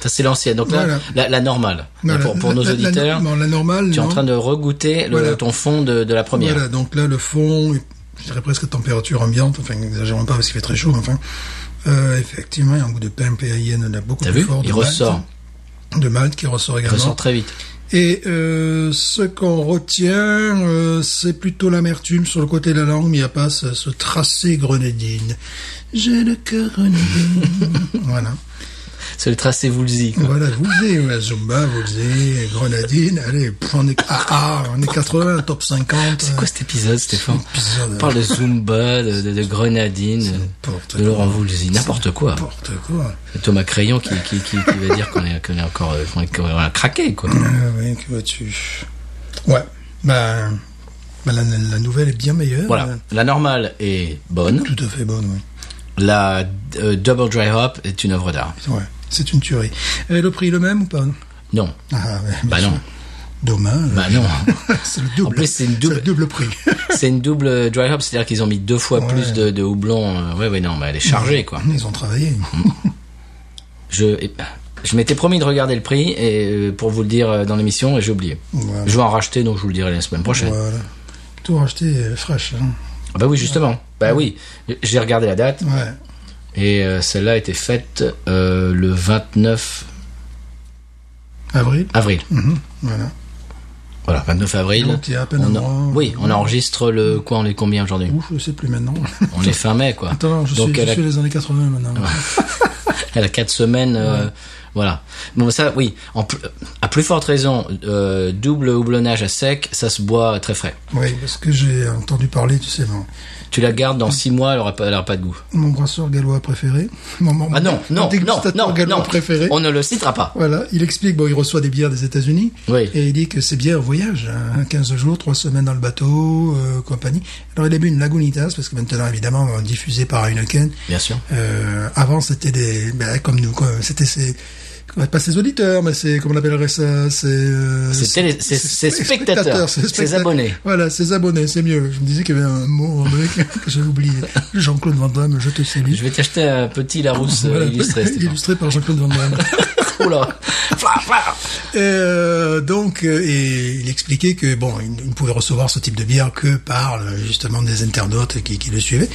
Speaker 2: Ça c'est l'ancienne. Donc là,
Speaker 3: Voilà.
Speaker 2: la, la normale.
Speaker 3: non,
Speaker 2: pour
Speaker 3: la-
Speaker 2: pour
Speaker 3: la-
Speaker 2: nos
Speaker 3: la- la-
Speaker 2: auditeurs.
Speaker 3: non, la normale.
Speaker 2: Tu es en
Speaker 3: non.
Speaker 2: train de regoûter le,
Speaker 3: Voilà.
Speaker 2: ton fond de, de la première.
Speaker 3: Voilà, donc là le fond, je dirais presque température ambiante. Enfin, n'exagérons pas parce qu'il fait très chaud. mais Enfin, euh, effectivement, il y a un goût de pain PAIN là beaucoup
Speaker 2: T'as
Speaker 3: plus
Speaker 2: vu
Speaker 3: fort.
Speaker 2: Il
Speaker 3: de
Speaker 2: ressort.
Speaker 3: Malte, de Malte qui ressort
Speaker 2: Il
Speaker 3: également.
Speaker 2: ressort très vite.
Speaker 3: Et euh, ce qu'on retient, euh, c'est plutôt l'amertume sur le côté de la langue, mais il n'y a pas ce, ce tracé grenadine. J'ai le cœur grenadine. voilà.
Speaker 2: c'est le tracé Woolsey. quoi.
Speaker 3: Voilà, vous le savez, ouais, Zumba, vous le savez, Grenadine, allez, pff, on est, ah, ah, on est 80, top 50.
Speaker 2: C'est quoi cet épisode, Stéphane
Speaker 3: épisode,
Speaker 2: On parle de Zumba, de, de, de Grenadine,
Speaker 3: n'importe
Speaker 2: de Laurent
Speaker 3: quoi.
Speaker 2: Voulzy, n'importe quoi.
Speaker 3: N'importe quoi.
Speaker 2: Thomas Crayon qui, qui, qui, qui va dire qu'on est, qu'on est encore euh, qu'on est- qu'on a craqué, quoi.
Speaker 3: Ah oui, que vois-tu Ouais, ben, ben la, la- la nouvelle est bien meilleure.
Speaker 2: Voilà, la normale est bonne,
Speaker 3: Tout à fait bonne, oui.
Speaker 2: la euh, Double Dry Hop est une œuvre d'art.
Speaker 3: Ouais, c'est une tuerie. Et le prix est le même ou pas
Speaker 2: Non,
Speaker 3: ah, ouais,
Speaker 2: bah
Speaker 3: bien
Speaker 2: non,
Speaker 3: sûr. Dommage.
Speaker 2: bah non.
Speaker 3: c'est le double.
Speaker 2: En plus, c'est une double-
Speaker 3: le double prix.
Speaker 2: C'est une double euh, dry hop, c'est-à-dire qu'ils ont mis deux fois
Speaker 3: Ouais.
Speaker 2: plus de, de houblon. euh, Ouais, ouais, non, mais elle est chargée, quoi. Mm.
Speaker 3: Ils ont travaillé.
Speaker 2: Je, et- je m'étais promis de regarder le prix et, euh, pour vous le dire euh, dans l'émission et j'ai oublié.
Speaker 3: Voilà.
Speaker 2: Je vais en racheter, donc je vous le dirai la semaine prochaine.
Speaker 3: Voilà. Tout racheté euh, fraîche. hein.
Speaker 2: Ah bah oui, justement. Bah oui, j'ai regardé la date
Speaker 3: Ouais.
Speaker 2: et euh, celle-là a été faite euh, le 29
Speaker 3: Avril.
Speaker 2: avril.
Speaker 3: Mhm, Voilà.
Speaker 2: Voilà, 29 avril.
Speaker 3: Donc, il y a Ah, à peine
Speaker 2: On
Speaker 3: un
Speaker 2: en-
Speaker 3: mois.
Speaker 2: oui, on enregistre le quoi On est combien aujourd'hui
Speaker 3: Ouf, je sais plus maintenant.
Speaker 2: On est fin mai, quoi.
Speaker 3: Attends, je,
Speaker 2: donc
Speaker 3: suis, je
Speaker 2: elle,
Speaker 3: suis
Speaker 2: a,
Speaker 3: les années 80 maintenant.
Speaker 2: elle a quatre semaines. euh, Voilà. Bon, ça, oui. En pl- à plus forte raison, euh, double houblonnage à sec, ça se boit très frais.
Speaker 3: Oui, parce que j'ai entendu parler, tu sais, mon,
Speaker 2: Tu la gardes dans six mois, elle aura pas, elle aura pas de goût.
Speaker 3: mon brasseur gallois préféré. Mon, mon-
Speaker 2: Ah non,
Speaker 3: mon
Speaker 2: non, non,
Speaker 3: dégustateur
Speaker 2: non,
Speaker 3: gallois
Speaker 2: non.
Speaker 3: préféré.
Speaker 2: On ne le citera pas.
Speaker 3: Voilà, il explique, bon, il reçoit des bières des États-Unis.
Speaker 2: Oui.
Speaker 3: Et il dit que ces bières voyagent, hein, 15 jours, 3 semaines dans le bateau, euh, compagnie. Alors il a bu une Lagunitas, parce que maintenant, évidemment, euh, diffusée par Heineken.
Speaker 2: Bien sûr.
Speaker 3: Euh, avant, c'était des, ben, comme nous, quoi, c'était ses, pas ses auditeurs, mais c'est, comment on appellerait ça, c'est, euh,
Speaker 2: C'était les- ses- ses spectateurs,
Speaker 3: ses
Speaker 2: ses
Speaker 3: spectateurs.
Speaker 2: abonnés.
Speaker 3: Voilà, ses abonnés, c'est mieux. Je me disais qu'il y avait un mot en vrai que j'avais oublié. Jean-Claude Van Damme, je te salue.
Speaker 2: Je vais t'acheter un petit Larousse euh,
Speaker 3: Voilà,
Speaker 2: illustré, Stéphane.
Speaker 3: illustré par Jean-Claude Van Damme.
Speaker 2: Oh là. Fla, fla.
Speaker 3: Et, euh, donc, euh, et il expliquait que bon, il il ne pouvait recevoir ce type de bière que par euh, justement des internautes qui, qui le suivaient.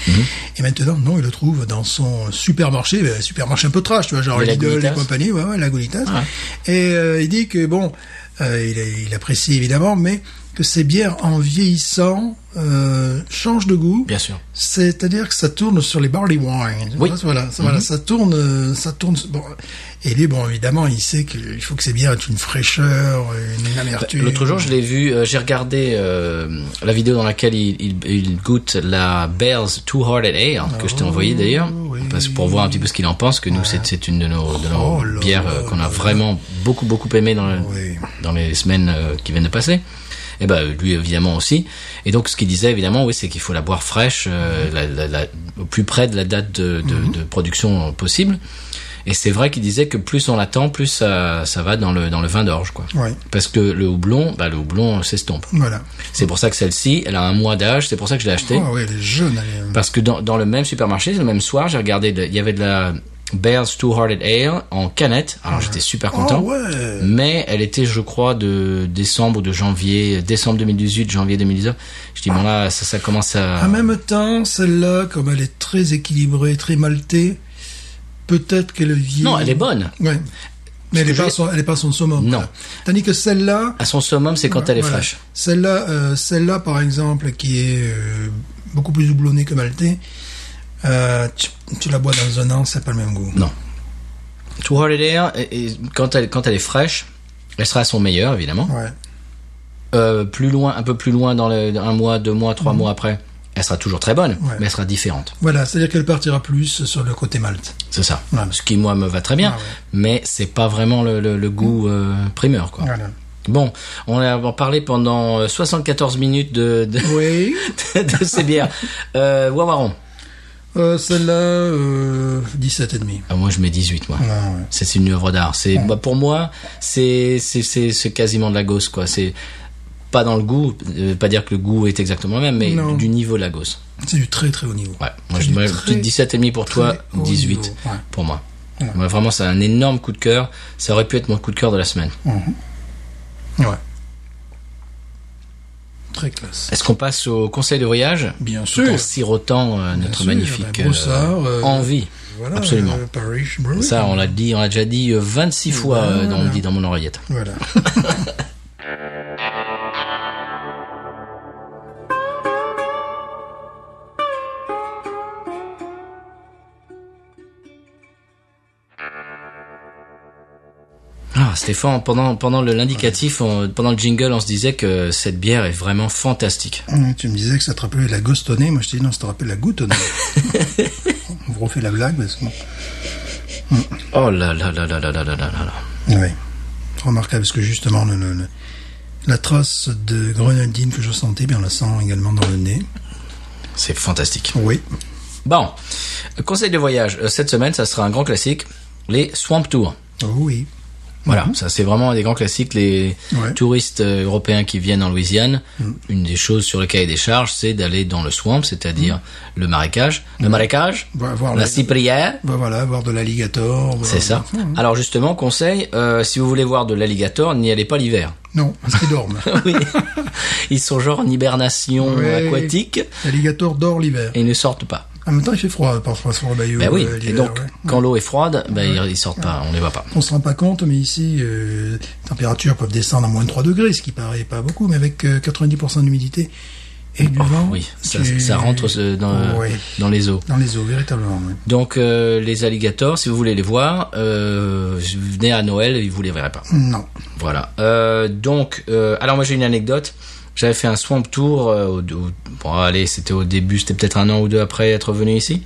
Speaker 3: Et maintenant, non, il le trouve dans son supermarché, ben, supermarché un peu trash, tu vois, genre
Speaker 2: Mais la
Speaker 3: Lidl et
Speaker 2: Golitas.
Speaker 3: compagnie, ouais, ouais, la Golitas. Et euh, il dit que bon, euh, il, est- il apprécie évidemment, mais que ces bières en vieillissant euh, changent de goût.
Speaker 2: Bien sûr.
Speaker 3: C'est-à-dire que ça tourne sur les barley wine.
Speaker 2: Oui. Mhm.
Speaker 3: Voilà, ça, voilà, ça tourne, euh, ça tourne. Bon, et lui, bon, évidemment, il sait qu'il faut que ces bières aient une fraîcheur, une amertume.
Speaker 2: Bah, L'autre jour, je l'ai vu, euh, j'ai regardé euh, la vidéo dans laquelle il, il- il goûte la Bears Two Hearted Ale, hein, que je t'ai envoyé d'ailleurs,
Speaker 3: Ah oui.
Speaker 2: parce que pour voir un petit peu ce qu'il en pense, que nous, c'est- c'est une de nos, de nos
Speaker 3: Oh là
Speaker 2: bières euh,
Speaker 3: là
Speaker 2: qu'on a
Speaker 3: là.
Speaker 2: vraiment beaucoup, beaucoup aimé dans, le-
Speaker 3: Oui.
Speaker 2: dans les semaines euh, qui viennent de passer. Et ben lui évidemment aussi. Et donc ce qu'il disait évidemment, oui, c'est qu'il faut la boire fraîche, euh, la- la- la- au plus près de la date de, de-
Speaker 3: Mhm.
Speaker 2: de production possible. Et c'est vrai qu'il disait que plus on l'attend, plus ça, ça va dans le dans le vin d'orge quoi.
Speaker 3: Ouais.
Speaker 2: Parce que le houblon, bah, le houblon euh, s'estompe.
Speaker 3: Voilà.
Speaker 2: C'est pour ça que celle-ci, elle a un mois d'âge, c'est pour ça que je l'ai achetée.
Speaker 3: Ah ouais, les jeunes. elle est-
Speaker 2: Parce que dans, dans le même supermarché, le même soir, j'ai regardé, de- il y avait de la Bears Two Hearted Ale en canette. Alors j'étais super content.
Speaker 3: Ah ouais.
Speaker 2: Mais elle était, je crois, de décembre ou de janvier, décembre 2018, janvier 2019. Je dis, bon là, ça, ça commence à...
Speaker 3: En même temps, celle-là, comme elle est très équilibrée, très maltée, peut-être qu'elle vieillit.
Speaker 2: non, elle est bonne.
Speaker 3: Ouais. Mais elle
Speaker 2: que
Speaker 3: n'est pas,
Speaker 2: j'ai-
Speaker 3: à son- elle est pas à son summum.
Speaker 2: Non.
Speaker 3: quoi. Tandis que celle-là,
Speaker 2: À son summum, c'est quand elle est
Speaker 3: Voilà.
Speaker 2: fraîche.
Speaker 3: Celle-là, euh, celle-là, par exemple, qui est euh, beaucoup plus doublonnée que maltais, euh, tu, tu la bois dans un an, c'est pas le même goût.
Speaker 2: Non. Two Hearted Ale, et- et quand, elle, quand elle est fraîche, elle sera à son meilleur, évidemment.
Speaker 3: Ouais.
Speaker 2: Euh, plus loin, un peu plus loin dans le, un mois, deux mois,
Speaker 3: Mhm.
Speaker 2: trois mois après, elle sera toujours très bonne, mais elle sera différente.
Speaker 3: Voilà, c'est-à-dire qu'elle partira plus sur le côté malte.
Speaker 2: C'est ça.
Speaker 3: Ouais.
Speaker 2: Ce qui moi me va très bien,
Speaker 3: Ah ouais.
Speaker 2: mais c'est pas vraiment le, le- le goût euh, primeur quoi.
Speaker 3: Voilà.
Speaker 2: Bon, on a parlé pendant euh, 74 minutes de, de,
Speaker 3: Oui.
Speaker 2: de ces bières. Euh, Wawaron.
Speaker 3: Euh, celle-là, euh, 17 et demi.
Speaker 2: Ah, moi je mets 18 moi.
Speaker 3: Ouais, ouais.
Speaker 2: C'est c'est une œuvre d'art. C'est bah, pour moi, c'est c'est c'est c'est quasiment de la gosse quoi. C'est pas dans le goût, euh, pas dire que le goût est exactement le même, mais
Speaker 3: Non.
Speaker 2: du niveau de la gosse.
Speaker 3: C'est du très très haut niveau.
Speaker 2: Ouais, moi
Speaker 3: C'est
Speaker 2: je
Speaker 3: du
Speaker 2: dirais
Speaker 3: très-
Speaker 2: petite 17 et demi pour toi,
Speaker 3: très haut
Speaker 2: 18
Speaker 3: niveau, ouais.
Speaker 2: pour moi. Moi, vraiment, c'est un énorme coup de cœur. Ça aurait pu être mon coup de cœur de la semaine.
Speaker 3: Ouais. Très classe.
Speaker 2: Est-ce qu'on passe au conseil de voyage
Speaker 3: Bien
Speaker 2: Tout
Speaker 3: sûr.
Speaker 2: En sirotant euh, notre
Speaker 3: sûr,
Speaker 2: magnifique
Speaker 3: ben, Broussard, euh,
Speaker 2: envie.
Speaker 3: Voilà,
Speaker 2: Absolument.
Speaker 3: euh, Parish Brewery.
Speaker 2: Ça, on l'a dit, on l'a déjà dit euh, 26 fois, euh, dans- on me dit dans mon oreillette.
Speaker 3: Voilà.
Speaker 2: Ah, Stéphane, pendant, pendant le- l'indicatif, on- pendant le jingle, on se disait que cette bière est vraiment fantastique.
Speaker 3: Hum, Tu me disais que ça te rappelait la gostonnée. Moi, je te dis non, ça te rappelle la goutonnée. On vous refait la blague parce que.
Speaker 2: Oh là là là là là là là là là.
Speaker 3: Oui. Remarquable parce que justement, le- le- le- la trace de grenadine que je sentais, bien, on la sent également dans le nez.
Speaker 2: C'est fantastique.
Speaker 3: Oui.
Speaker 2: Bon, conseil de voyage. Euh, Cette semaine, ça sera un grand classique, les Swamp Tours.
Speaker 3: Oh oui.
Speaker 2: Voilà, ça c'est vraiment un des grands classiques. Les
Speaker 3: Mhm. Ouais. Mhm.
Speaker 2: touristes euh, européens qui viennent en Louisiane, une des choses sur le cahier des charges, c'est d'aller dans le swamp, c'est-à-dire le marécage, le marécage,
Speaker 3: Mhm. On va voir
Speaker 2: la
Speaker 3: le-
Speaker 2: cyprière,
Speaker 3: Bah voilà, voir de l'alligator. voir-
Speaker 2: c'est ça. Alors justement, conseil, euh, si vous voulez voir de l'alligator, n'y allez pas l'hiver.
Speaker 3: Non, parce qu'ils dorment.
Speaker 2: oui, ils sont genre en hibernation
Speaker 3: Ouais.
Speaker 2: aquatique
Speaker 3: L'alligator dort l'hiver.
Speaker 2: et ils ne sortent pas.
Speaker 3: En même temps, il fait froid parfois sur le bayou.
Speaker 2: Ben oui,
Speaker 3: euh,
Speaker 2: et
Speaker 3: l'hiver,
Speaker 2: donc
Speaker 3: ouais.
Speaker 2: quand l'eau est froide, ben ils, ils sortent pas, on les voit pas.
Speaker 3: On se rend pas compte, mais ici, euh, les températures peuvent descendre à moins de 3 degrés, ce qui paraît pas beaucoup, mais avec euh, 90% d'humidité et du vent.
Speaker 2: Oh, Oui, ça,
Speaker 3: tu-
Speaker 2: ça rentre euh, dans,
Speaker 3: Ouais.
Speaker 2: dans les eaux.
Speaker 3: Dans les eaux, véritablement. oui.
Speaker 2: Donc euh, les alligators, si vous voulez les voir, euh, venez à Noël, et vous les verrez pas.
Speaker 3: Non.
Speaker 2: Voilà. Euh, donc, euh, alors moi j'ai une anecdote. J'avais fait un swamp tour. euh, au- au- bon, allez, c'était au début, c'était peut-être un an ou deux après être venu ici.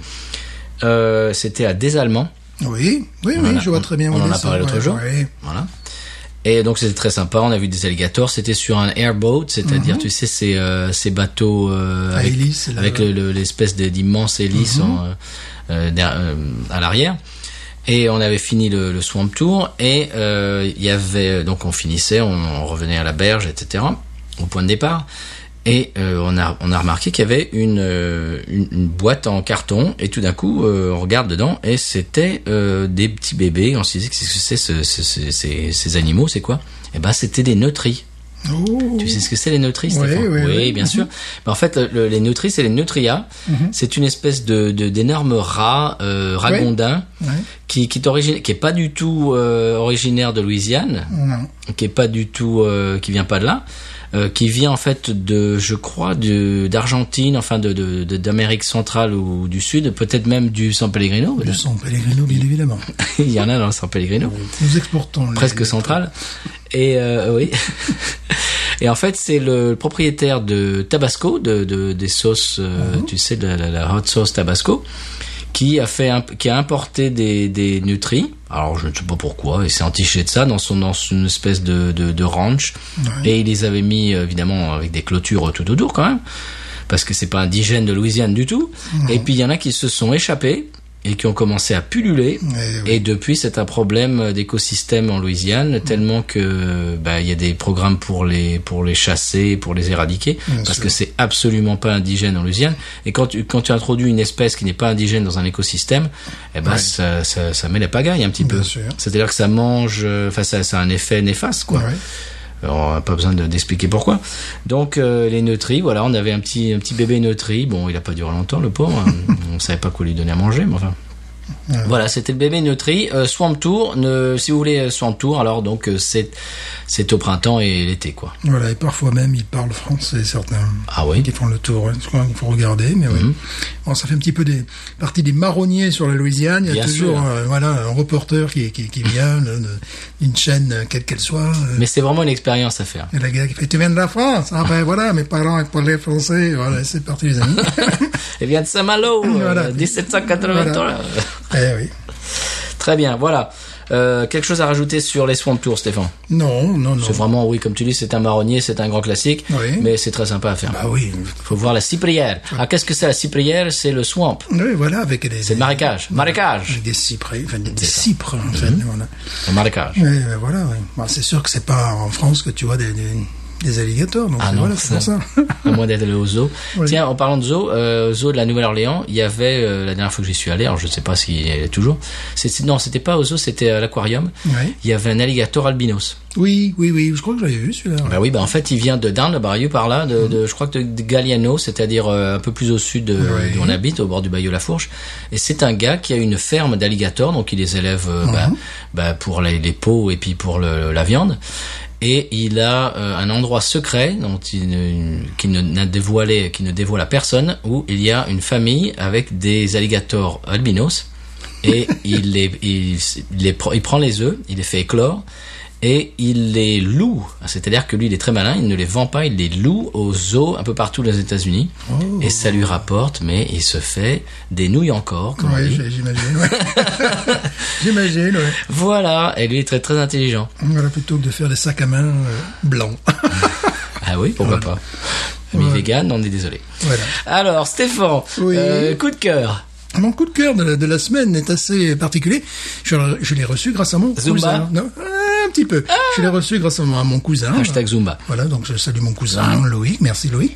Speaker 2: Euh, c'était à Des Allemands.
Speaker 3: Oui, oui,
Speaker 2: Voilà,
Speaker 3: oui, je vois très bien
Speaker 2: on-
Speaker 3: où
Speaker 2: on en
Speaker 3: il
Speaker 2: a
Speaker 3: est,
Speaker 2: parlé
Speaker 3: ça,
Speaker 2: l'autre
Speaker 3: ouais,
Speaker 2: jour.
Speaker 3: ouais.
Speaker 2: Voilà. Et donc c'était très sympa. On a vu des alligators. C'était sur un airboat, c'est-à-dire tu sais ces euh, ces bateaux euh,
Speaker 3: À
Speaker 2: avec,
Speaker 3: hélice, là,
Speaker 2: avec
Speaker 3: ouais.
Speaker 2: le- le- l'espèce de- d'immense hélice en, euh, euh, der- euh, à l'arrière. Et on avait fini le, le swamp tour et euh, il y avait donc on finissait, on, on revenait à la berge, etc. Au point de départ. Et euh, on a on a remarqué qu'il y avait une, euh, une une boîte en carton et tout d'un coup euh, on regarde dedans et c'était euh, des petits bébés. On se disait qu'est-ce que c'est ce- ce- ce- ces, ces animaux, c'est quoi Eh ben c'était des neutries.
Speaker 3: Oh.
Speaker 2: Tu sais ce que c'est les neutries,
Speaker 3: Oui,
Speaker 2: Stéphane
Speaker 3: oui, oui. Mhm.
Speaker 2: bien sûr. Mais en fait, le- les neutries, c'est les neutria. C'est une espèce de de- d'énorme rat euh, ragondin
Speaker 3: Ouais.
Speaker 2: qui qui est origina- qui est pas du tout euh, originaire de Louisiane,
Speaker 3: Non.
Speaker 2: qui est pas du tout, euh, qui vient pas de là, euh, qui vient en fait de, je crois, de d'Argentine, enfin de de- de- d'Amérique centrale ou du Sud, peut-être même du San Pellegrino.
Speaker 3: Le
Speaker 2: peut-être.
Speaker 3: sang Pellegrino, bien évidemment.
Speaker 2: Il y en a dans le San Pellegrino
Speaker 3: Nous exportons. les-
Speaker 2: presque centrale. Et euh, oui. Et en fait, c'est le propriétaire de Tabasco, de, de- des sauces, euh, tu sais, de la, la- la hot sauce Tabasco, qui a fait, imp- qui a importé des, des nutries. Alors, je ne sais pas pourquoi. Il s'est entiché de ça dans son, dans une espèce de, de, de ranch. Et il les avait mis, euh, évidemment, avec des clôtures tout autour quand même. Parce que c'est pas indigène de Louisiane du tout. Et puis, il y en a qui se sont échappés et qui ont commencé à pulluler.
Speaker 3: Eh oui. Mm.
Speaker 2: Et depuis, c'est un problème euh, d'écosystème en Louisiane, tellement que bah, il y a des programmes pour les pour les chasser, pour les éradiquer, parce
Speaker 3: sûr.
Speaker 2: que c'est absolument pas indigène en Louisiane. Et quand tu quand tu introduis une espèce qui n'est pas indigène dans un écosystème, eh ben ça, ça ça met la pagaille un petit
Speaker 3: Bien
Speaker 2: peu.
Speaker 3: sûr.
Speaker 2: C'est-à-dire que ça mange, euh, enfin ça, ça a un effet néfaste quoi.
Speaker 3: Ouais.
Speaker 2: Alors, on n'a pas besoin de- d'expliquer pourquoi. Donc euh, les neutries, voilà, on avait un petit un petit bébé neutrie. Bon, il a pas duré longtemps le pauvre. hein. on savait pas quoi lui donner à manger, mais enfin. Voilà, c'était le bébé neutrie. Euh, Swamp Tour, ne, si vous voulez euh, Swamp Tour, alors donc euh, c'est c'est au printemps et l'été quoi.
Speaker 3: Voilà, et parfois même, ils parlent français, certains.
Speaker 2: Ah oui.
Speaker 3: Qui font le tour, hein. je crois qu'il faut regarder, mais oui.
Speaker 2: Mhm.
Speaker 3: Bon, ça fait un petit peu des partie des marronniers sur la Louisiane. Il y
Speaker 2: Bien
Speaker 3: a toujours
Speaker 2: sûr.
Speaker 3: euh, voilà, un reporter qui, qui, qui vient là, de- d'une chaîne, euh, quelle qu'elle soit. euh,
Speaker 2: Mais c'est vraiment une expérience à faire.
Speaker 3: et la gars qui fait, tu viens de la France Ah ben voilà, mes parents parlaient français. Voilà, c'est parti les amis.
Speaker 2: Et bien de Saint-Malo, euh,
Speaker 3: Voilà.
Speaker 2: 1783.
Speaker 3: eh oui.
Speaker 2: Très bien, voilà. Euh, quelque chose à rajouter sur les Swamp Tours, Stéphane
Speaker 3: Non, non, non.
Speaker 2: C'est vraiment, oui, comme tu dis, c'est un marronnier, c'est un grand classique,
Speaker 3: Oui.
Speaker 2: mais c'est très sympa à faire.
Speaker 3: Bah oui.
Speaker 2: Faut voir la cyprière. Ah, qu'est-ce que c'est la cyprière C'est le swamp.
Speaker 3: Oui, voilà, avec des...
Speaker 2: C'est le marécage. Marécage. Mhm.
Speaker 3: Avec des cyprès, enfin des, des cypres, en fait. Voilà.
Speaker 2: Le marécage.
Speaker 3: Ouais, ben voilà, ouais. Bon, c'est sûr que c'est pas en France que tu vois des, des, des alligators, donc
Speaker 2: Ah non,
Speaker 3: voilà, c'est pour ça.
Speaker 2: à moins d'être allé au zoo.
Speaker 3: Oui.
Speaker 2: Tiens, en parlant de zoo, euh, au zoo de la Nouvelle-Orléans, il y avait euh, la dernière fois que j'y suis allé, alors je ne sais pas s'il y est toujours. C'est- c'est- non, c'était pas au zoo, c'était à l'aquarium.
Speaker 3: Ouais.
Speaker 2: Il y avait un alligator albinos.
Speaker 3: Oui, oui, oui, je crois que j'avais vu celui-là.
Speaker 2: Ben oui, ben en fait, il vient de down le bayou par là, de, de- je crois que de, de Galliano, c'est-à-dire euh, un peu plus au sud de-
Speaker 3: Oui.
Speaker 2: d'où on habite, au bord du bayou La Fourche. Et c'est un gars qui a une ferme d'alligators, donc il les élève euh, bah, bah, pour les, les peaux et puis pour le- la viande. Et il a euh, un endroit secret dont il ne, qui ne n'a dévoilé, qui ne dévoile à personne, où il y a une famille avec des alligators albinos et il les, il, il les, pr- il prend les œufs, il les fait éclore et il les loue. Ah, C'est-à-dire que lui, il est très malin, il ne les vend pas, il les loue aux zoos un peu partout dans les États-Unis.
Speaker 3: Oh.
Speaker 2: Et ça lui rapporte, mais il se fait des nouilles encore, comme on
Speaker 3: Oui,
Speaker 2: dit.
Speaker 3: j'ai- j'imagine. ouais. j'imagine, ouais.
Speaker 2: Voilà, et lui est très très intelligent.
Speaker 3: Voilà, plutôt que de faire des sacs à main euh, blancs.
Speaker 2: Ah oui, pourquoi pas Ami vegan, on est désolé.
Speaker 3: voilà.
Speaker 2: Alors, Stéphane,
Speaker 3: Oui.
Speaker 2: euh, coup de cœur.
Speaker 3: Mon coup de cœur de la, de la semaine est assez particulier. Je, je l'ai reçu grâce à mon
Speaker 2: Zumba. Ah.
Speaker 3: cousin. Non, un petit peu. Je l'ai reçu grâce à mon, à mon cousin.
Speaker 2: Hashtag Zumba.
Speaker 3: Voilà, donc je salue mon cousin Loïc, merci Loïc.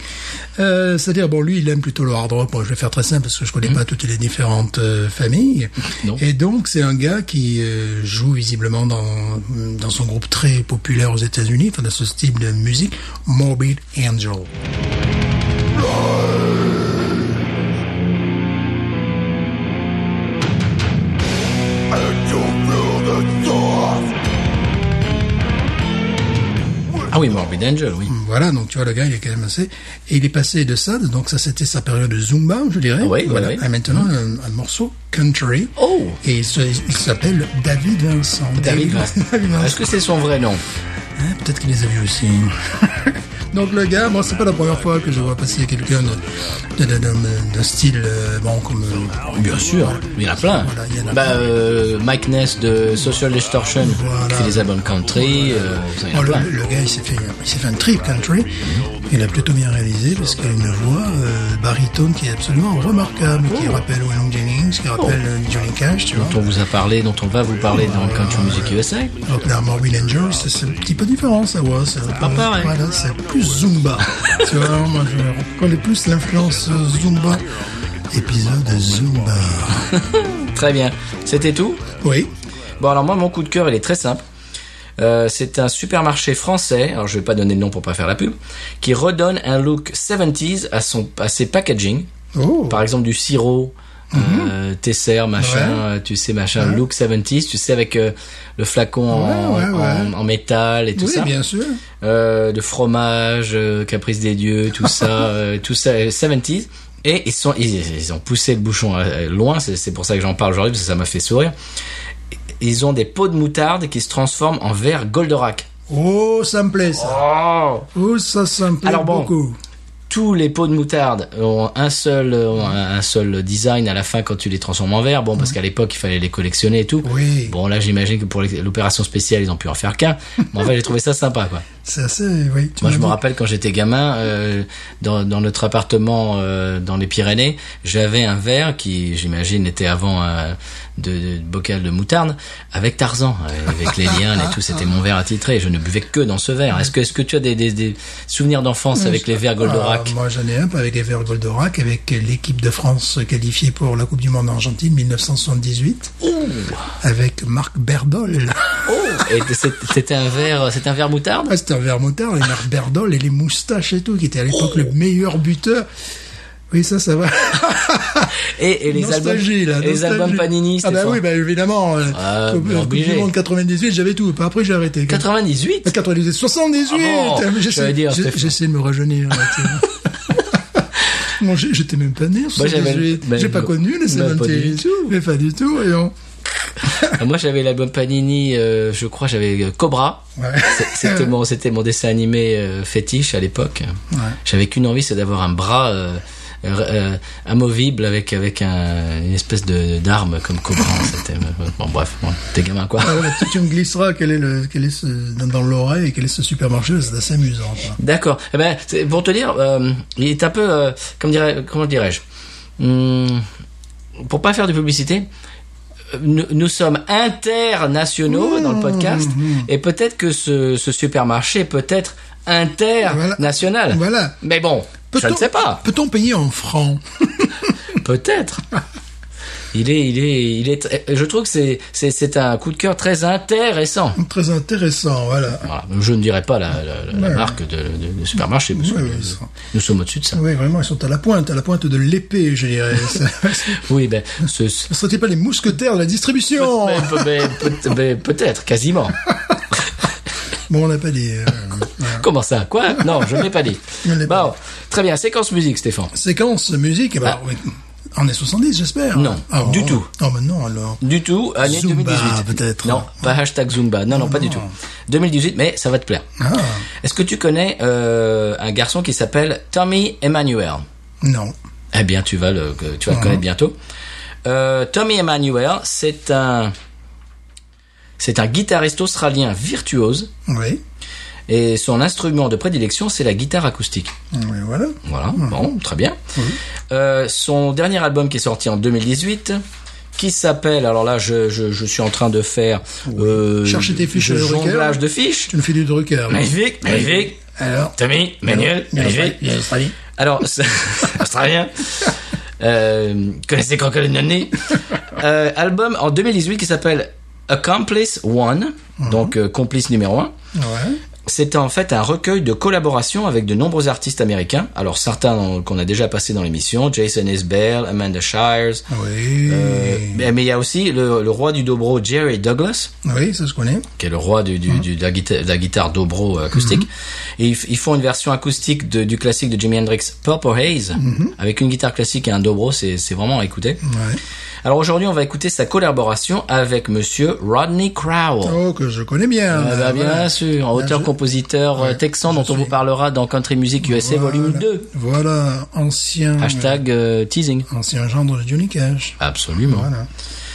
Speaker 3: Euh, C'est-à-dire, bon, lui, il aime plutôt le hard rock. Moi, je vais faire très simple parce que je connais pas toutes les différentes euh, familles.
Speaker 2: Mmh. Non.
Speaker 3: Et donc, c'est un gars qui euh, joue visiblement dans, dans son groupe très populaire aux États-Unis, enfin, dans ce style de musique, Morbid Angel.
Speaker 2: Ah oui, Morbid Angel, oui.
Speaker 3: Voilà, donc tu vois, le gars, il est quand même assez. Et il est passé de ça, donc ça, c'était sa période de Zumba, je dirais.
Speaker 2: Oui, oui,
Speaker 3: voilà.
Speaker 2: oui.
Speaker 3: Et maintenant, un, un morceau country.
Speaker 2: Oh.
Speaker 3: Et il se- il s'appelle David Vincent.
Speaker 2: David Vincent.
Speaker 3: David Vincent.
Speaker 2: Est-ce que c'est son vrai nom
Speaker 3: Hein, Peut-être qu'il les a vus aussi. Donc le gars, moi c'est pas la première fois que je vois passer quelqu'un de, de, de, de- de style euh, bon comme euh,
Speaker 2: Bien sûr, il y en a plein.
Speaker 3: Voilà, il y en a
Speaker 2: bah,
Speaker 3: plein.
Speaker 2: euh, Mike Ness de Social Distortion,
Speaker 3: Voilà.
Speaker 2: qui fait des albums country, euh, ça, il y en a
Speaker 3: bon, le,
Speaker 2: plein.
Speaker 3: le gars il s'est fait il s'est fait un trip country. Il a plutôt bien réalisé parce qu'il a une voix euh, baritone qui est absolument remarquable,
Speaker 2: Oh.
Speaker 3: qui rappelle Waylon Jennings, qui rappelle euh, Johnny Cash, tu vois.
Speaker 2: dont on vous a parlé, dont on va vous parler dans Country Music USA.
Speaker 3: Donc là, Morbid Angel, c'est c'est un petit peu différent, ça, ouais. C'est un
Speaker 2: pas
Speaker 3: peu-
Speaker 2: pareil.
Speaker 3: Voilà, c'est plus Zumba. tu vois, moi, je connais plus l'influence euh, Zumba. Épisode Zumba.
Speaker 2: Très bien, c'était tout.
Speaker 3: Oui.
Speaker 2: Bon, alors moi, mon coup de cœur, il est très simple. Euh, c'est un supermarché français, alors je vais pas donner le nom pour pas faire la pub, qui redonne un look 70s à, son, à ses packaging.
Speaker 3: Oh.
Speaker 2: Par exemple, du sirop,
Speaker 3: Mhm.
Speaker 2: euh, tesser, machin, euh, tu sais, machin, look 70s, tu sais, avec euh, le flacon en,
Speaker 3: Ouais, ouais, ouais.
Speaker 2: en- en métal et tout
Speaker 3: oui,
Speaker 2: ça.
Speaker 3: bien sûr.
Speaker 2: euh, de fromage, euh, caprice des dieux, tout ça, euh, tout ça, euh, 70s. Et ils sont, ils, ils ont poussé le bouchon euh, loin. C'est c'est pour ça que j'en parle aujourd'hui parce que ça m'a fait sourire. Ils ont des pots de moutarde qui se transforment en verre Goldorak.
Speaker 3: Oh, ça me plaît, ça. Oh, ça, ça me plaît
Speaker 2: Alors bon.
Speaker 3: beaucoup.
Speaker 2: Tous les pots de moutarde ont un seul, ont un un seul design à la fin quand tu les transformes en verre. Bon, parce qu'à l'époque il fallait les collectionner et tout.
Speaker 3: Mhm. Oui.
Speaker 2: Bon, là j'imagine que pour l'opération spéciale ils ont pu en faire qu'un. Mais en fait j'ai trouvé ça sympa quoi.
Speaker 3: C'est assez, oui. tu
Speaker 2: Moi, je me
Speaker 3: m'as dit.
Speaker 2: rappelle quand j'étais gamin, euh, dans, dans notre appartement euh, dans les Pyrénées, j'avais un verre qui, j'imagine, était avant euh, de, de- de bocal de moutarde avec Tarzan, euh, avec les liens et tout. C'était mon verre attitré. Je ne buvais que dans ce verre. Est-ce que, est-ce que tu as des, des, des souvenirs d'enfance avec les verres Goldorak
Speaker 3: Mmh. Ah, moi, j'en ai un avec les verts Goldorak, avec l'équipe de France qualifiée pour la Coupe du Monde en Argentine 1978,
Speaker 2: Oh.
Speaker 3: avec Marc Berdol.
Speaker 2: Et c'est- c'était un verre, c'était un verre moutarde.
Speaker 3: Ouais, c'était un verre motard, les Marc Berdol et les moustaches et tout, qui était à l'époque
Speaker 2: Oh.
Speaker 3: le meilleur buteur. Oui, ça, ça va.
Speaker 2: Et, et les albums,
Speaker 3: Nostalgie, là,
Speaker 2: et les
Speaker 3: nostalgie.
Speaker 2: albums Panini.
Speaker 3: Ah bah
Speaker 2: Stéphane.
Speaker 3: oui, bah évidemment. euh,
Speaker 2: Ah,
Speaker 3: Coupe-
Speaker 2: mais
Speaker 3: Coupe du
Speaker 2: obligé.
Speaker 3: Monde 98, j'avais tout. Bah, Après, j'ai arrêté. Euh,
Speaker 2: 98.
Speaker 3: 98, 78
Speaker 2: Ah bon,
Speaker 3: J'essaie-
Speaker 2: j'allais dire,
Speaker 3: j'ai-
Speaker 2: Stéphane.
Speaker 3: J'essaie de me rajeunir. là, tu vois. Moi, j'ai- j'étais même pas né en
Speaker 2: Moi, j'avais-
Speaker 3: 78.
Speaker 2: ben,
Speaker 3: J'ai pas
Speaker 2: non.
Speaker 3: connu les
Speaker 2: Ben, pas
Speaker 3: 78.
Speaker 2: du tout.
Speaker 3: Mais pas du tout, voyons.
Speaker 2: Ah, Moi, j'avais l'album Panini. euh, je crois, j'avais euh, Cobra.
Speaker 3: Ouais.
Speaker 2: C'était mon, c'était mon dessin animé euh, fétiche à l'époque. J'avais qu'une envie, c'est d'avoir un bras euh, r- euh, amovible avec avec un- une espèce de d'arme comme Cobra. C'était bon, bref, bon, t'es gamin quoi.
Speaker 3: Ah ouais, tu, tu me glisseras quel est le, quel est ce, dans, dans l'oreille et quel est ce supermarché, c'est assez amusant. quoi.
Speaker 2: D'accord. Eh ben, c'est- pour te dire, euh, il est un peu, euh, comme dirais, comment dirais-je, Hum, pour pas faire de publicité. euh, Nous, nous sommes
Speaker 3: Mmh,
Speaker 2: internationaux dans le podcast et peut-être que ce, ce supermarché peut être international.
Speaker 3: Voilà.
Speaker 2: Mais bon, je
Speaker 3: Peut-on-
Speaker 2: ne sais pas.
Speaker 3: Peut-on payer en francs
Speaker 2: Peut-être. Il est, il est, il est. Je trouve que c'est, c'est, c'est un coup de cœur très intéressant.
Speaker 3: Très intéressant, voilà.
Speaker 2: Voilà. Je ne dirais pas la, la- la- la marque de, de- de supermarché, parce que
Speaker 3: Ouais, ouais,
Speaker 2: nous,
Speaker 3: ça.
Speaker 2: nous sommes au-dessus de ça.
Speaker 3: Oui, vraiment, ils sont à la pointe, à la pointe de l'épée, je dirais. ne
Speaker 2: Oui, ben, ce, ce-
Speaker 3: sont-ils pas les mousquetaires de la distribution
Speaker 2: ben, ben, ben, peut- ben, peut-être, quasiment.
Speaker 3: Bon, on n'a pas dit. euh,
Speaker 2: Comment ça Quoi Non, je ne l'ai pas dit.
Speaker 3: Je ne l'ai pas
Speaker 2: Bon, très bien. Séquence musique, Stéphane.
Speaker 3: séquence musique, eh ben, oui. Années 70, j'espère.
Speaker 2: Bah.
Speaker 3: Ah,
Speaker 2: Non, du tout.
Speaker 3: Non, mais bah non, alors.
Speaker 2: Du tout, année
Speaker 3: Zumba,
Speaker 2: 2018.
Speaker 3: peut-être.
Speaker 2: Non, pas hashtag Zumba. Non, non, pas du tout. 2018, mais ça va te plaire.
Speaker 3: Ah,
Speaker 2: Est-ce que tu connais euh, un garçon qui s'appelle Tommy Emmanuel
Speaker 3: non.
Speaker 2: Eh bien, tu vas le, que- tu vas le connaître bientôt. Euh, Tommy Emmanuel, c'est un, c'est un guitariste australien virtuose
Speaker 3: Oui.
Speaker 2: et son instrument de prédilection, c'est la guitare acoustique.
Speaker 3: Oui, voilà.
Speaker 2: Voilà,
Speaker 3: Mmh.
Speaker 2: bon, très bien. Euh, son dernier album qui est sorti en 2018, qui s'appelle, alors là, je, je, je suis en train de faire euh,
Speaker 3: Chercher tes fiches
Speaker 2: de
Speaker 3: sur le record.
Speaker 2: jonglage de fiches.
Speaker 3: Tu me fais du Drucker. là.
Speaker 2: Magnifique, magnifique.
Speaker 3: Alors.
Speaker 2: Tommy, Manuel,
Speaker 3: Il y a
Speaker 2: magnifique.
Speaker 3: l'Australie- il y a l'Australie.
Speaker 2: Alors, c'est- australien. Euh, connaissez Crocodile Nonny euh, Album en 2018 qui s'appelle Accomplice One,
Speaker 3: Mmh.
Speaker 2: donc euh, complice numéro 1.
Speaker 3: Ouais.
Speaker 2: C'est en fait un recueil de collaborations avec de nombreux artistes américains. Alors certains en- qu'on a déjà passé dans l'émission, Jason Isbell, Amanda Shires.
Speaker 3: Ah Oui.
Speaker 2: euh, mais mais il y a aussi le, le roi du dobro Jerry Douglas,
Speaker 3: Oui, ça se connaît.
Speaker 2: qui est le roi du,
Speaker 3: Mhm.
Speaker 2: du- du- de, la guitare, de la guitare dobro euh, acoustique. Et ils, f- ils font une version acoustique de- du classique de Jimi Hendrix, Purple Haze,
Speaker 3: Mhm.
Speaker 2: avec une guitare classique et un dobro. C'est c'est vraiment à écouter.
Speaker 3: Ouais.
Speaker 2: Alors aujourd'hui, on va écouter sa collaboration avec Monsieur Rodney Crowell.
Speaker 3: Oh, que je connais bien.
Speaker 2: Ah bah,
Speaker 3: là,
Speaker 2: bien
Speaker 3: voilà.
Speaker 2: sûr, auteur,
Speaker 3: je-
Speaker 2: compositeur euh, texan dont on vous parlera dans Country Music USA Volume 2.
Speaker 3: Voilà, ancien.
Speaker 2: Hashtag euh, teasing.
Speaker 3: Ancien gendre de Johnny Cash.
Speaker 2: Absolument. Voilà.
Speaker 3: Voilà.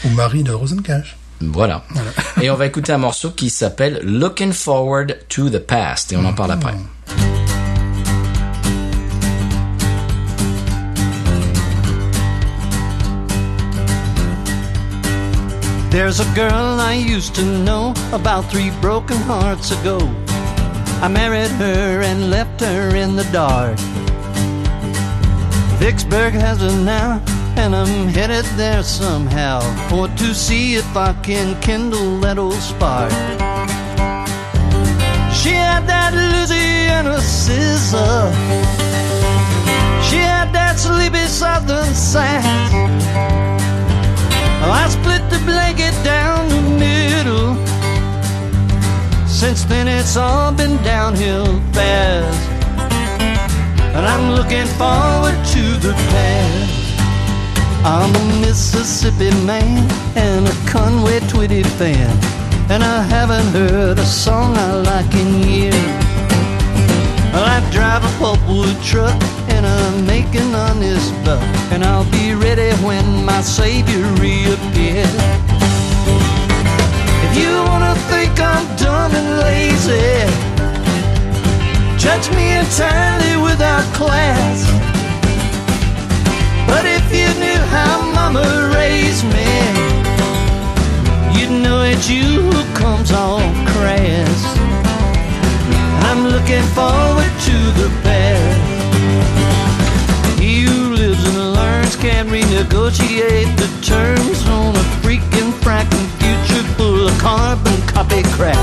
Speaker 3: Ou mari de Rosencash.
Speaker 2: Et on va écouter un morceau qui s'appelle Looking Forward to the Past. Et on en parle après.
Speaker 4: There's a girl I used to know about three broken hearts ago. I married her and left her in the dark. Vicksburg has her now, and I'm headed there somehow. Want to see if I can kindle that old spark. She had that Louisiana scissor. She had that sleepy southern sass. Well, I split the blanket down the middle. Since then, it's all been downhill fast. And I'm looking forward to the past. I'm a Mississippi man and a Conway Twitty fan. And I haven't heard a song I like in years. Well, I drive a pulpwood truck and I'm making honest buck, and I'll be ready when my savior reappears. If you wanna think I'm dumb and lazy, judge me entirely without class. But if you knew how mama raised me, you'd know it's you who comes all crass. I'm looking forward to the past. He who lives and learns can renegotiate the terms on a freaking fracking future full of carbon copy crap.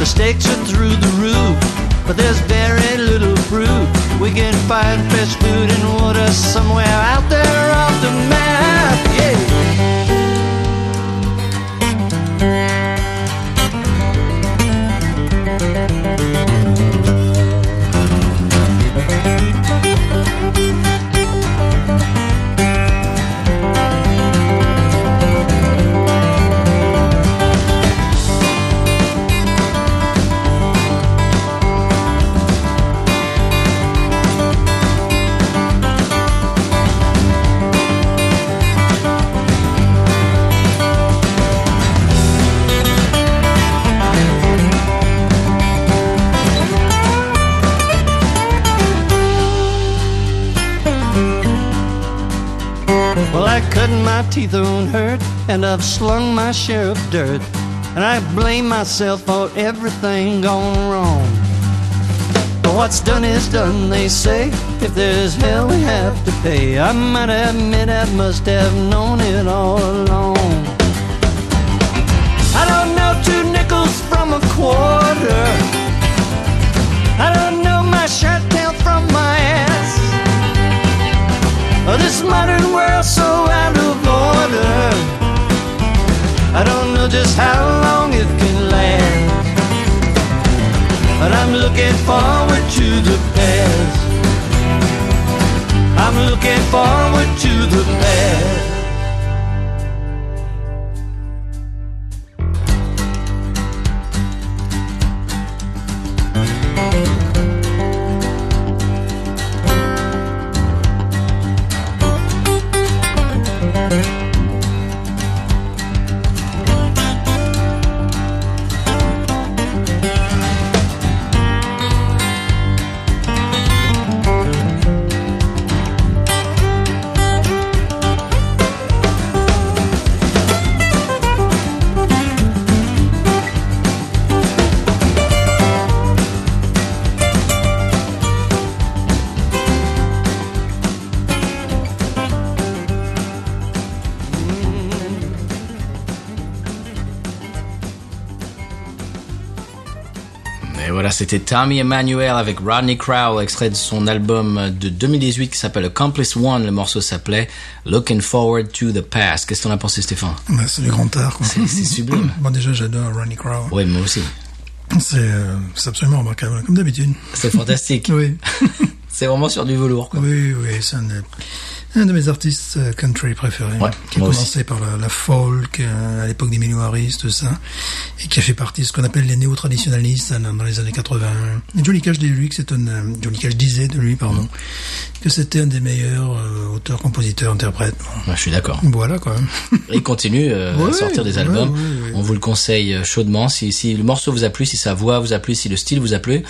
Speaker 4: The stakes are through the roof, but there's very little proof. We can find fresh food and water somewhere out there off the map. Yeah. Well, I cut my teeth on hurt, and I've slung my share of dirt, and I blame myself for everything gone wrong. But what's done is done, they say. If there's hell, we have to pay. I might admit I must have known it all along. I don't know two nickels from a quarter. I don't know my shirt tail from my ass. Oh, this modern world so out of order. I don't know just how long it can last. But I'm looking forward to the past. I I'm looking forward to the best.
Speaker 2: Et voilà, c'était Tommy Emmanuel avec Rodney Crowell, extrait de son album de 2018 qui s'appelle Accomplice One. Le morceau s'appelait Looking Forward to the Past. Qu'est-ce que t'en as pensé, Stéphane
Speaker 3: Bah, c'est le grand art. quoi.
Speaker 2: C'est- c'est sublime.
Speaker 3: Moi, déjà, j'adore Ronnie Crowell.
Speaker 2: Oui, moi aussi.
Speaker 3: C'est euh, c'est absolument remarquable, comme d'habitude.
Speaker 2: C'est fantastique.
Speaker 3: Oui,
Speaker 2: C'est vraiment sur du velours, quoi.
Speaker 3: oui, oui, c'est un, de- un de mes artistes euh, country préférés.
Speaker 2: Ouais,
Speaker 3: qui a
Speaker 2: moi aussi.
Speaker 3: commencé par la, la folk, euh, à l'époque des Milo Harris, tout ça. Et qui a fait partie de ce qu'on appelle les néo-traditionalistes euh, dans, dans les années 80. Et Johnny Cash dit de lui que c'est un, euh, Johnny Cash disait de lui, pardon, que c'était un des meilleurs euh, auteurs, compositeurs, interprètes.
Speaker 2: Ouais, je suis d'accord.
Speaker 3: Voilà, quoi.
Speaker 2: Et il continue euh, à
Speaker 3: Ouais,
Speaker 2: sortir des
Speaker 3: ouais,
Speaker 2: albums.
Speaker 3: ouais, ouais.
Speaker 2: On vous le conseille euh, chaudement. Si, si le morceau vous a plu, si sa voix vous a plu, si le style vous a plu,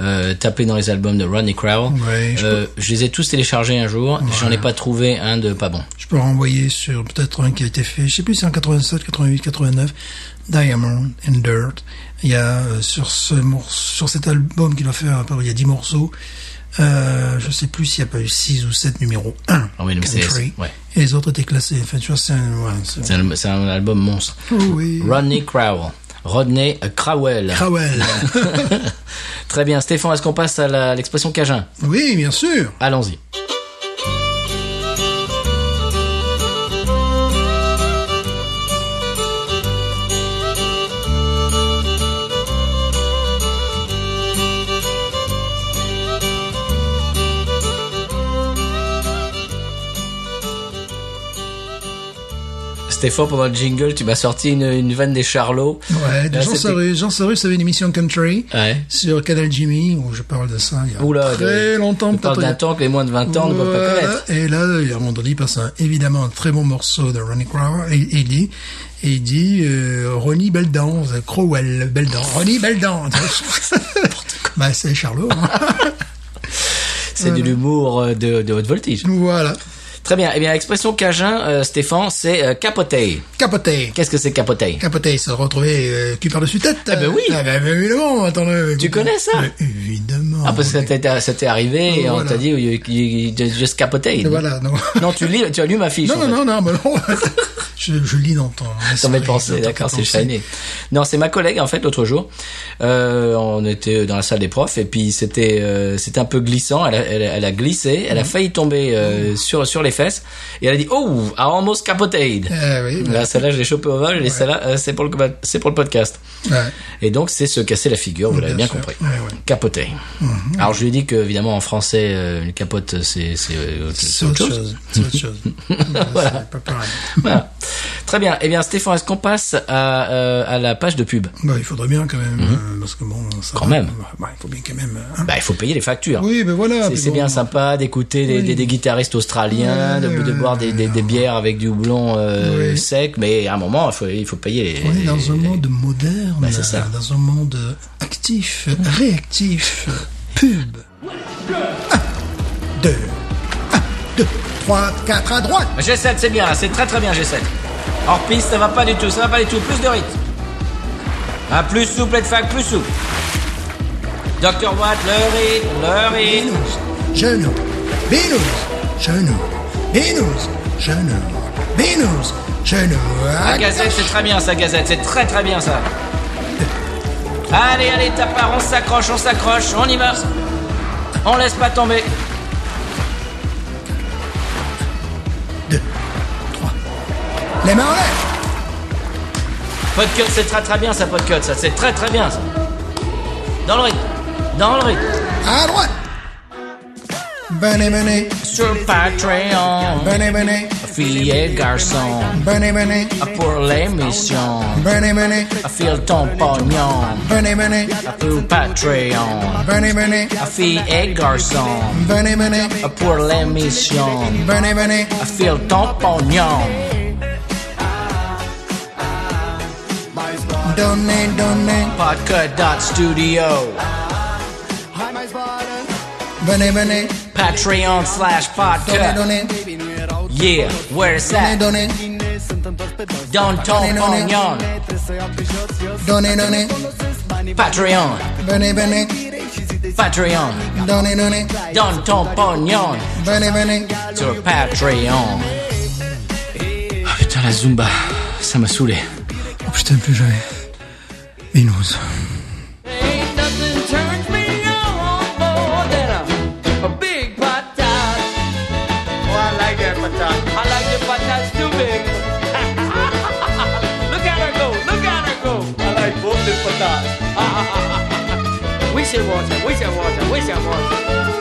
Speaker 2: euh, tapez dans les albums de Rodney Crowell.
Speaker 3: Ouais, je
Speaker 2: Euh, je les ai tous téléchargés un jour. J'en ai pas trouvé un de pas bon.
Speaker 3: Je peux renvoyer sur peut-être un qui a été fait, je sais plus si c'est en 87, 88, 89, Diamond and Dirt. Il y a euh, sur ce mor- sur cet album qu'il a fait, à part, il y a 10 morceaux. Euh, je sais plus s'il n'y a pas eu 6 ou 7 numéro 1
Speaker 2: Ah oui, mais c'est-
Speaker 3: country.
Speaker 2: c'est- ouais.
Speaker 3: Et les autres étaient classés. Enfin, tu vois, c'est un, ouais, c'est-
Speaker 2: C'est un, c'est un album monstre.
Speaker 3: Oh oui.
Speaker 2: Rodney Crowell. Rodney euh, Crowell.
Speaker 3: Crowell.
Speaker 2: Très bien. Stéphane, est-ce qu'on passe à la- l'expression Cajun
Speaker 3: oui, bien sûr.
Speaker 2: Allons-y. Stéphane, pendant le jingle, tu m'as sorti une, une vanne des Charlots.
Speaker 3: Ouais, de
Speaker 2: Là,
Speaker 3: Jean
Speaker 2: c'était-
Speaker 3: Sarrus. Jean Sarrus avait une émission country
Speaker 2: Ouais.
Speaker 3: sur Canal Jimmy où je parle de ça il y a
Speaker 2: Oula,
Speaker 3: très
Speaker 2: de-
Speaker 3: longtemps.
Speaker 2: On parle
Speaker 3: peut-être il y a
Speaker 2: d'un temps que les moins de 20 ans ne peuvent pas
Speaker 3: Voilà.
Speaker 2: connaître.
Speaker 3: Euh, Et là, il y a un moment donné, il passe un, évidemment un très bon morceau de Ronnie Crowell. Et, et il dit, et il dit euh, Ronnie Beldan, euh, Crowell, Beldan, Ronnie Beldan. bah, c'est Charlot. hein.
Speaker 2: C'est de l'humour euh, de, de haute voltige.
Speaker 3: voilà.
Speaker 2: Très bien. Eh bien, l'expression cajun, euh, Stéphane, c'est euh, capoter.
Speaker 3: Capoté.
Speaker 2: Qu'est-ce que c'est capoter
Speaker 3: Capoté, se retrouver euh, cul par-dessus tête. Ah
Speaker 2: ben oui.
Speaker 3: Ah ben évidemment, attendez.
Speaker 2: Tu connais ça
Speaker 3: Mais Évidemment.
Speaker 2: Ah, parce que ça t'était- ça t'est arrivé et on
Speaker 3: Voilà.
Speaker 2: t'a dit, you, you- you just capoter.
Speaker 3: Voilà, non.
Speaker 2: Non, tu lis, tu as lu ma fiche.
Speaker 3: Non,
Speaker 2: en
Speaker 3: non,
Speaker 2: fait.
Speaker 3: non, non, mais non. je, je lis dans ton...
Speaker 2: T'en mets
Speaker 3: esprit,
Speaker 2: pensé,
Speaker 3: dans ta
Speaker 2: d'accord, c'est
Speaker 3: pensée.
Speaker 2: shiné. Non, c'est ma collègue en fait l'autre jour. Euh, on était dans la salle des profs et puis c'était euh, c'était un peu glissant. Elle a, elle, a- elle a glissé, elle a
Speaker 3: Mm-hmm.
Speaker 2: failli tomber euh, sur sur les fesses et elle a dit oh, I almost capoted.
Speaker 3: Eh oui, ben,
Speaker 2: Là, celle-là, je l'ai chopée au vol et celle-là, euh, c'est pour le c'est pour le podcast.
Speaker 3: ouais.
Speaker 2: Et donc, c'est se casser la figure, vous l'avez bien,
Speaker 3: bien sûr.
Speaker 2: compris.
Speaker 3: Ouais, ouais. Mhm.
Speaker 2: Capoter. Alors, je lui ai dit que, évidemment, en français, euh, une capote, c'est c'est, euh,
Speaker 3: C'est autre chose. C'est autre chose. voilà. C'est pas pareil.
Speaker 2: Voilà. Très bien. Eh bien, Stéphane, est-ce qu'on passe à, euh, à la page de pub
Speaker 3: Bah, il faudrait bien quand même, euh, parce que bon, ça
Speaker 2: Mhm. Quand
Speaker 3: va.
Speaker 2: même.
Speaker 3: Bah, il faut bien quand même. hein.
Speaker 2: Bah, il faut payer les factures.
Speaker 3: Oui, ben voilà.
Speaker 2: C'est-
Speaker 3: mais
Speaker 2: C'est
Speaker 3: bon,
Speaker 2: bien sympa d'écouter des, des- des guitaristes australiens, de,
Speaker 3: Ouais,
Speaker 2: de
Speaker 3: ouais,
Speaker 2: boire des, des- des bières avec du houblon euh,
Speaker 3: Oui.
Speaker 2: sec, mais à un moment, il faut, il faut payer les...
Speaker 3: On est dans un
Speaker 2: les-
Speaker 3: monde moderne,
Speaker 2: Bah, c'est ça.
Speaker 3: dans un monde actif, réactif, pub. 1, 2, 1, 2, 3, 4 à droite.
Speaker 2: G7, c'est bien, là, c'est très très bien G7. Hors piste, ça va pas du tout, ça va pas du tout. Plus de rythme. Ah, plus souple et de fac, plus souple. Dr. Watt, le rythme, le rythme.
Speaker 3: Binous, genoux, binous, genoux, binous, genoux, binous, genoux.
Speaker 2: La gazette, c'est très bien ça, gazette, c'est très très bien ça. Allez, allez, tape part, on s'accroche, on s'accroche, on y va. On laisse pas tomber.
Speaker 3: 3. Les mains en l'air.
Speaker 2: Podcut, c'est très très bien ça, podcut, ça, c'est très très bien ça. Dans le rythme, dans le rythme.
Speaker 3: À droite. Venez, venez,
Speaker 2: Sur Patreon,
Speaker 3: venez, venez,
Speaker 2: filles et garçons,
Speaker 3: venez, venez,
Speaker 2: pour l'émission,
Speaker 3: venez, venez,
Speaker 2: file ton pognon,
Speaker 3: venez, venez,
Speaker 2: pour Patreon,
Speaker 3: venez, venez,
Speaker 2: filles et garçons,
Speaker 3: venez, venez,
Speaker 2: pour l'émission,
Speaker 3: venez, venez.
Speaker 2: file ton pognon.
Speaker 3: Donnez, donnez,
Speaker 2: Podcut.studio,
Speaker 3: venez, venez,
Speaker 2: Patreon slash
Speaker 3: donnez,
Speaker 2: Podcut.
Speaker 3: donnez,
Speaker 2: Yeah, where is
Speaker 3: donnez,
Speaker 2: that?
Speaker 3: donnez,
Speaker 2: Don't ton pognon,
Speaker 3: donnez, donnez,
Speaker 2: Patreon,
Speaker 3: venez, venez,
Speaker 2: Patreon,
Speaker 3: donnez, donnez,
Speaker 2: Don't ton pognon.
Speaker 3: venez, venez.
Speaker 2: sur Patreon. Ah putain, la Zumba, ça m'a saoulé.
Speaker 3: Oh putain, plus jamais. Une rose.
Speaker 5: Ain't nothing turns me on more than a, a big pot tart. Oh, I like that pot tart. I like the pot tarts too big. Look at her go. Look at her go. I like both the pot tarts. we should watch her. We should watch her. We should watch her.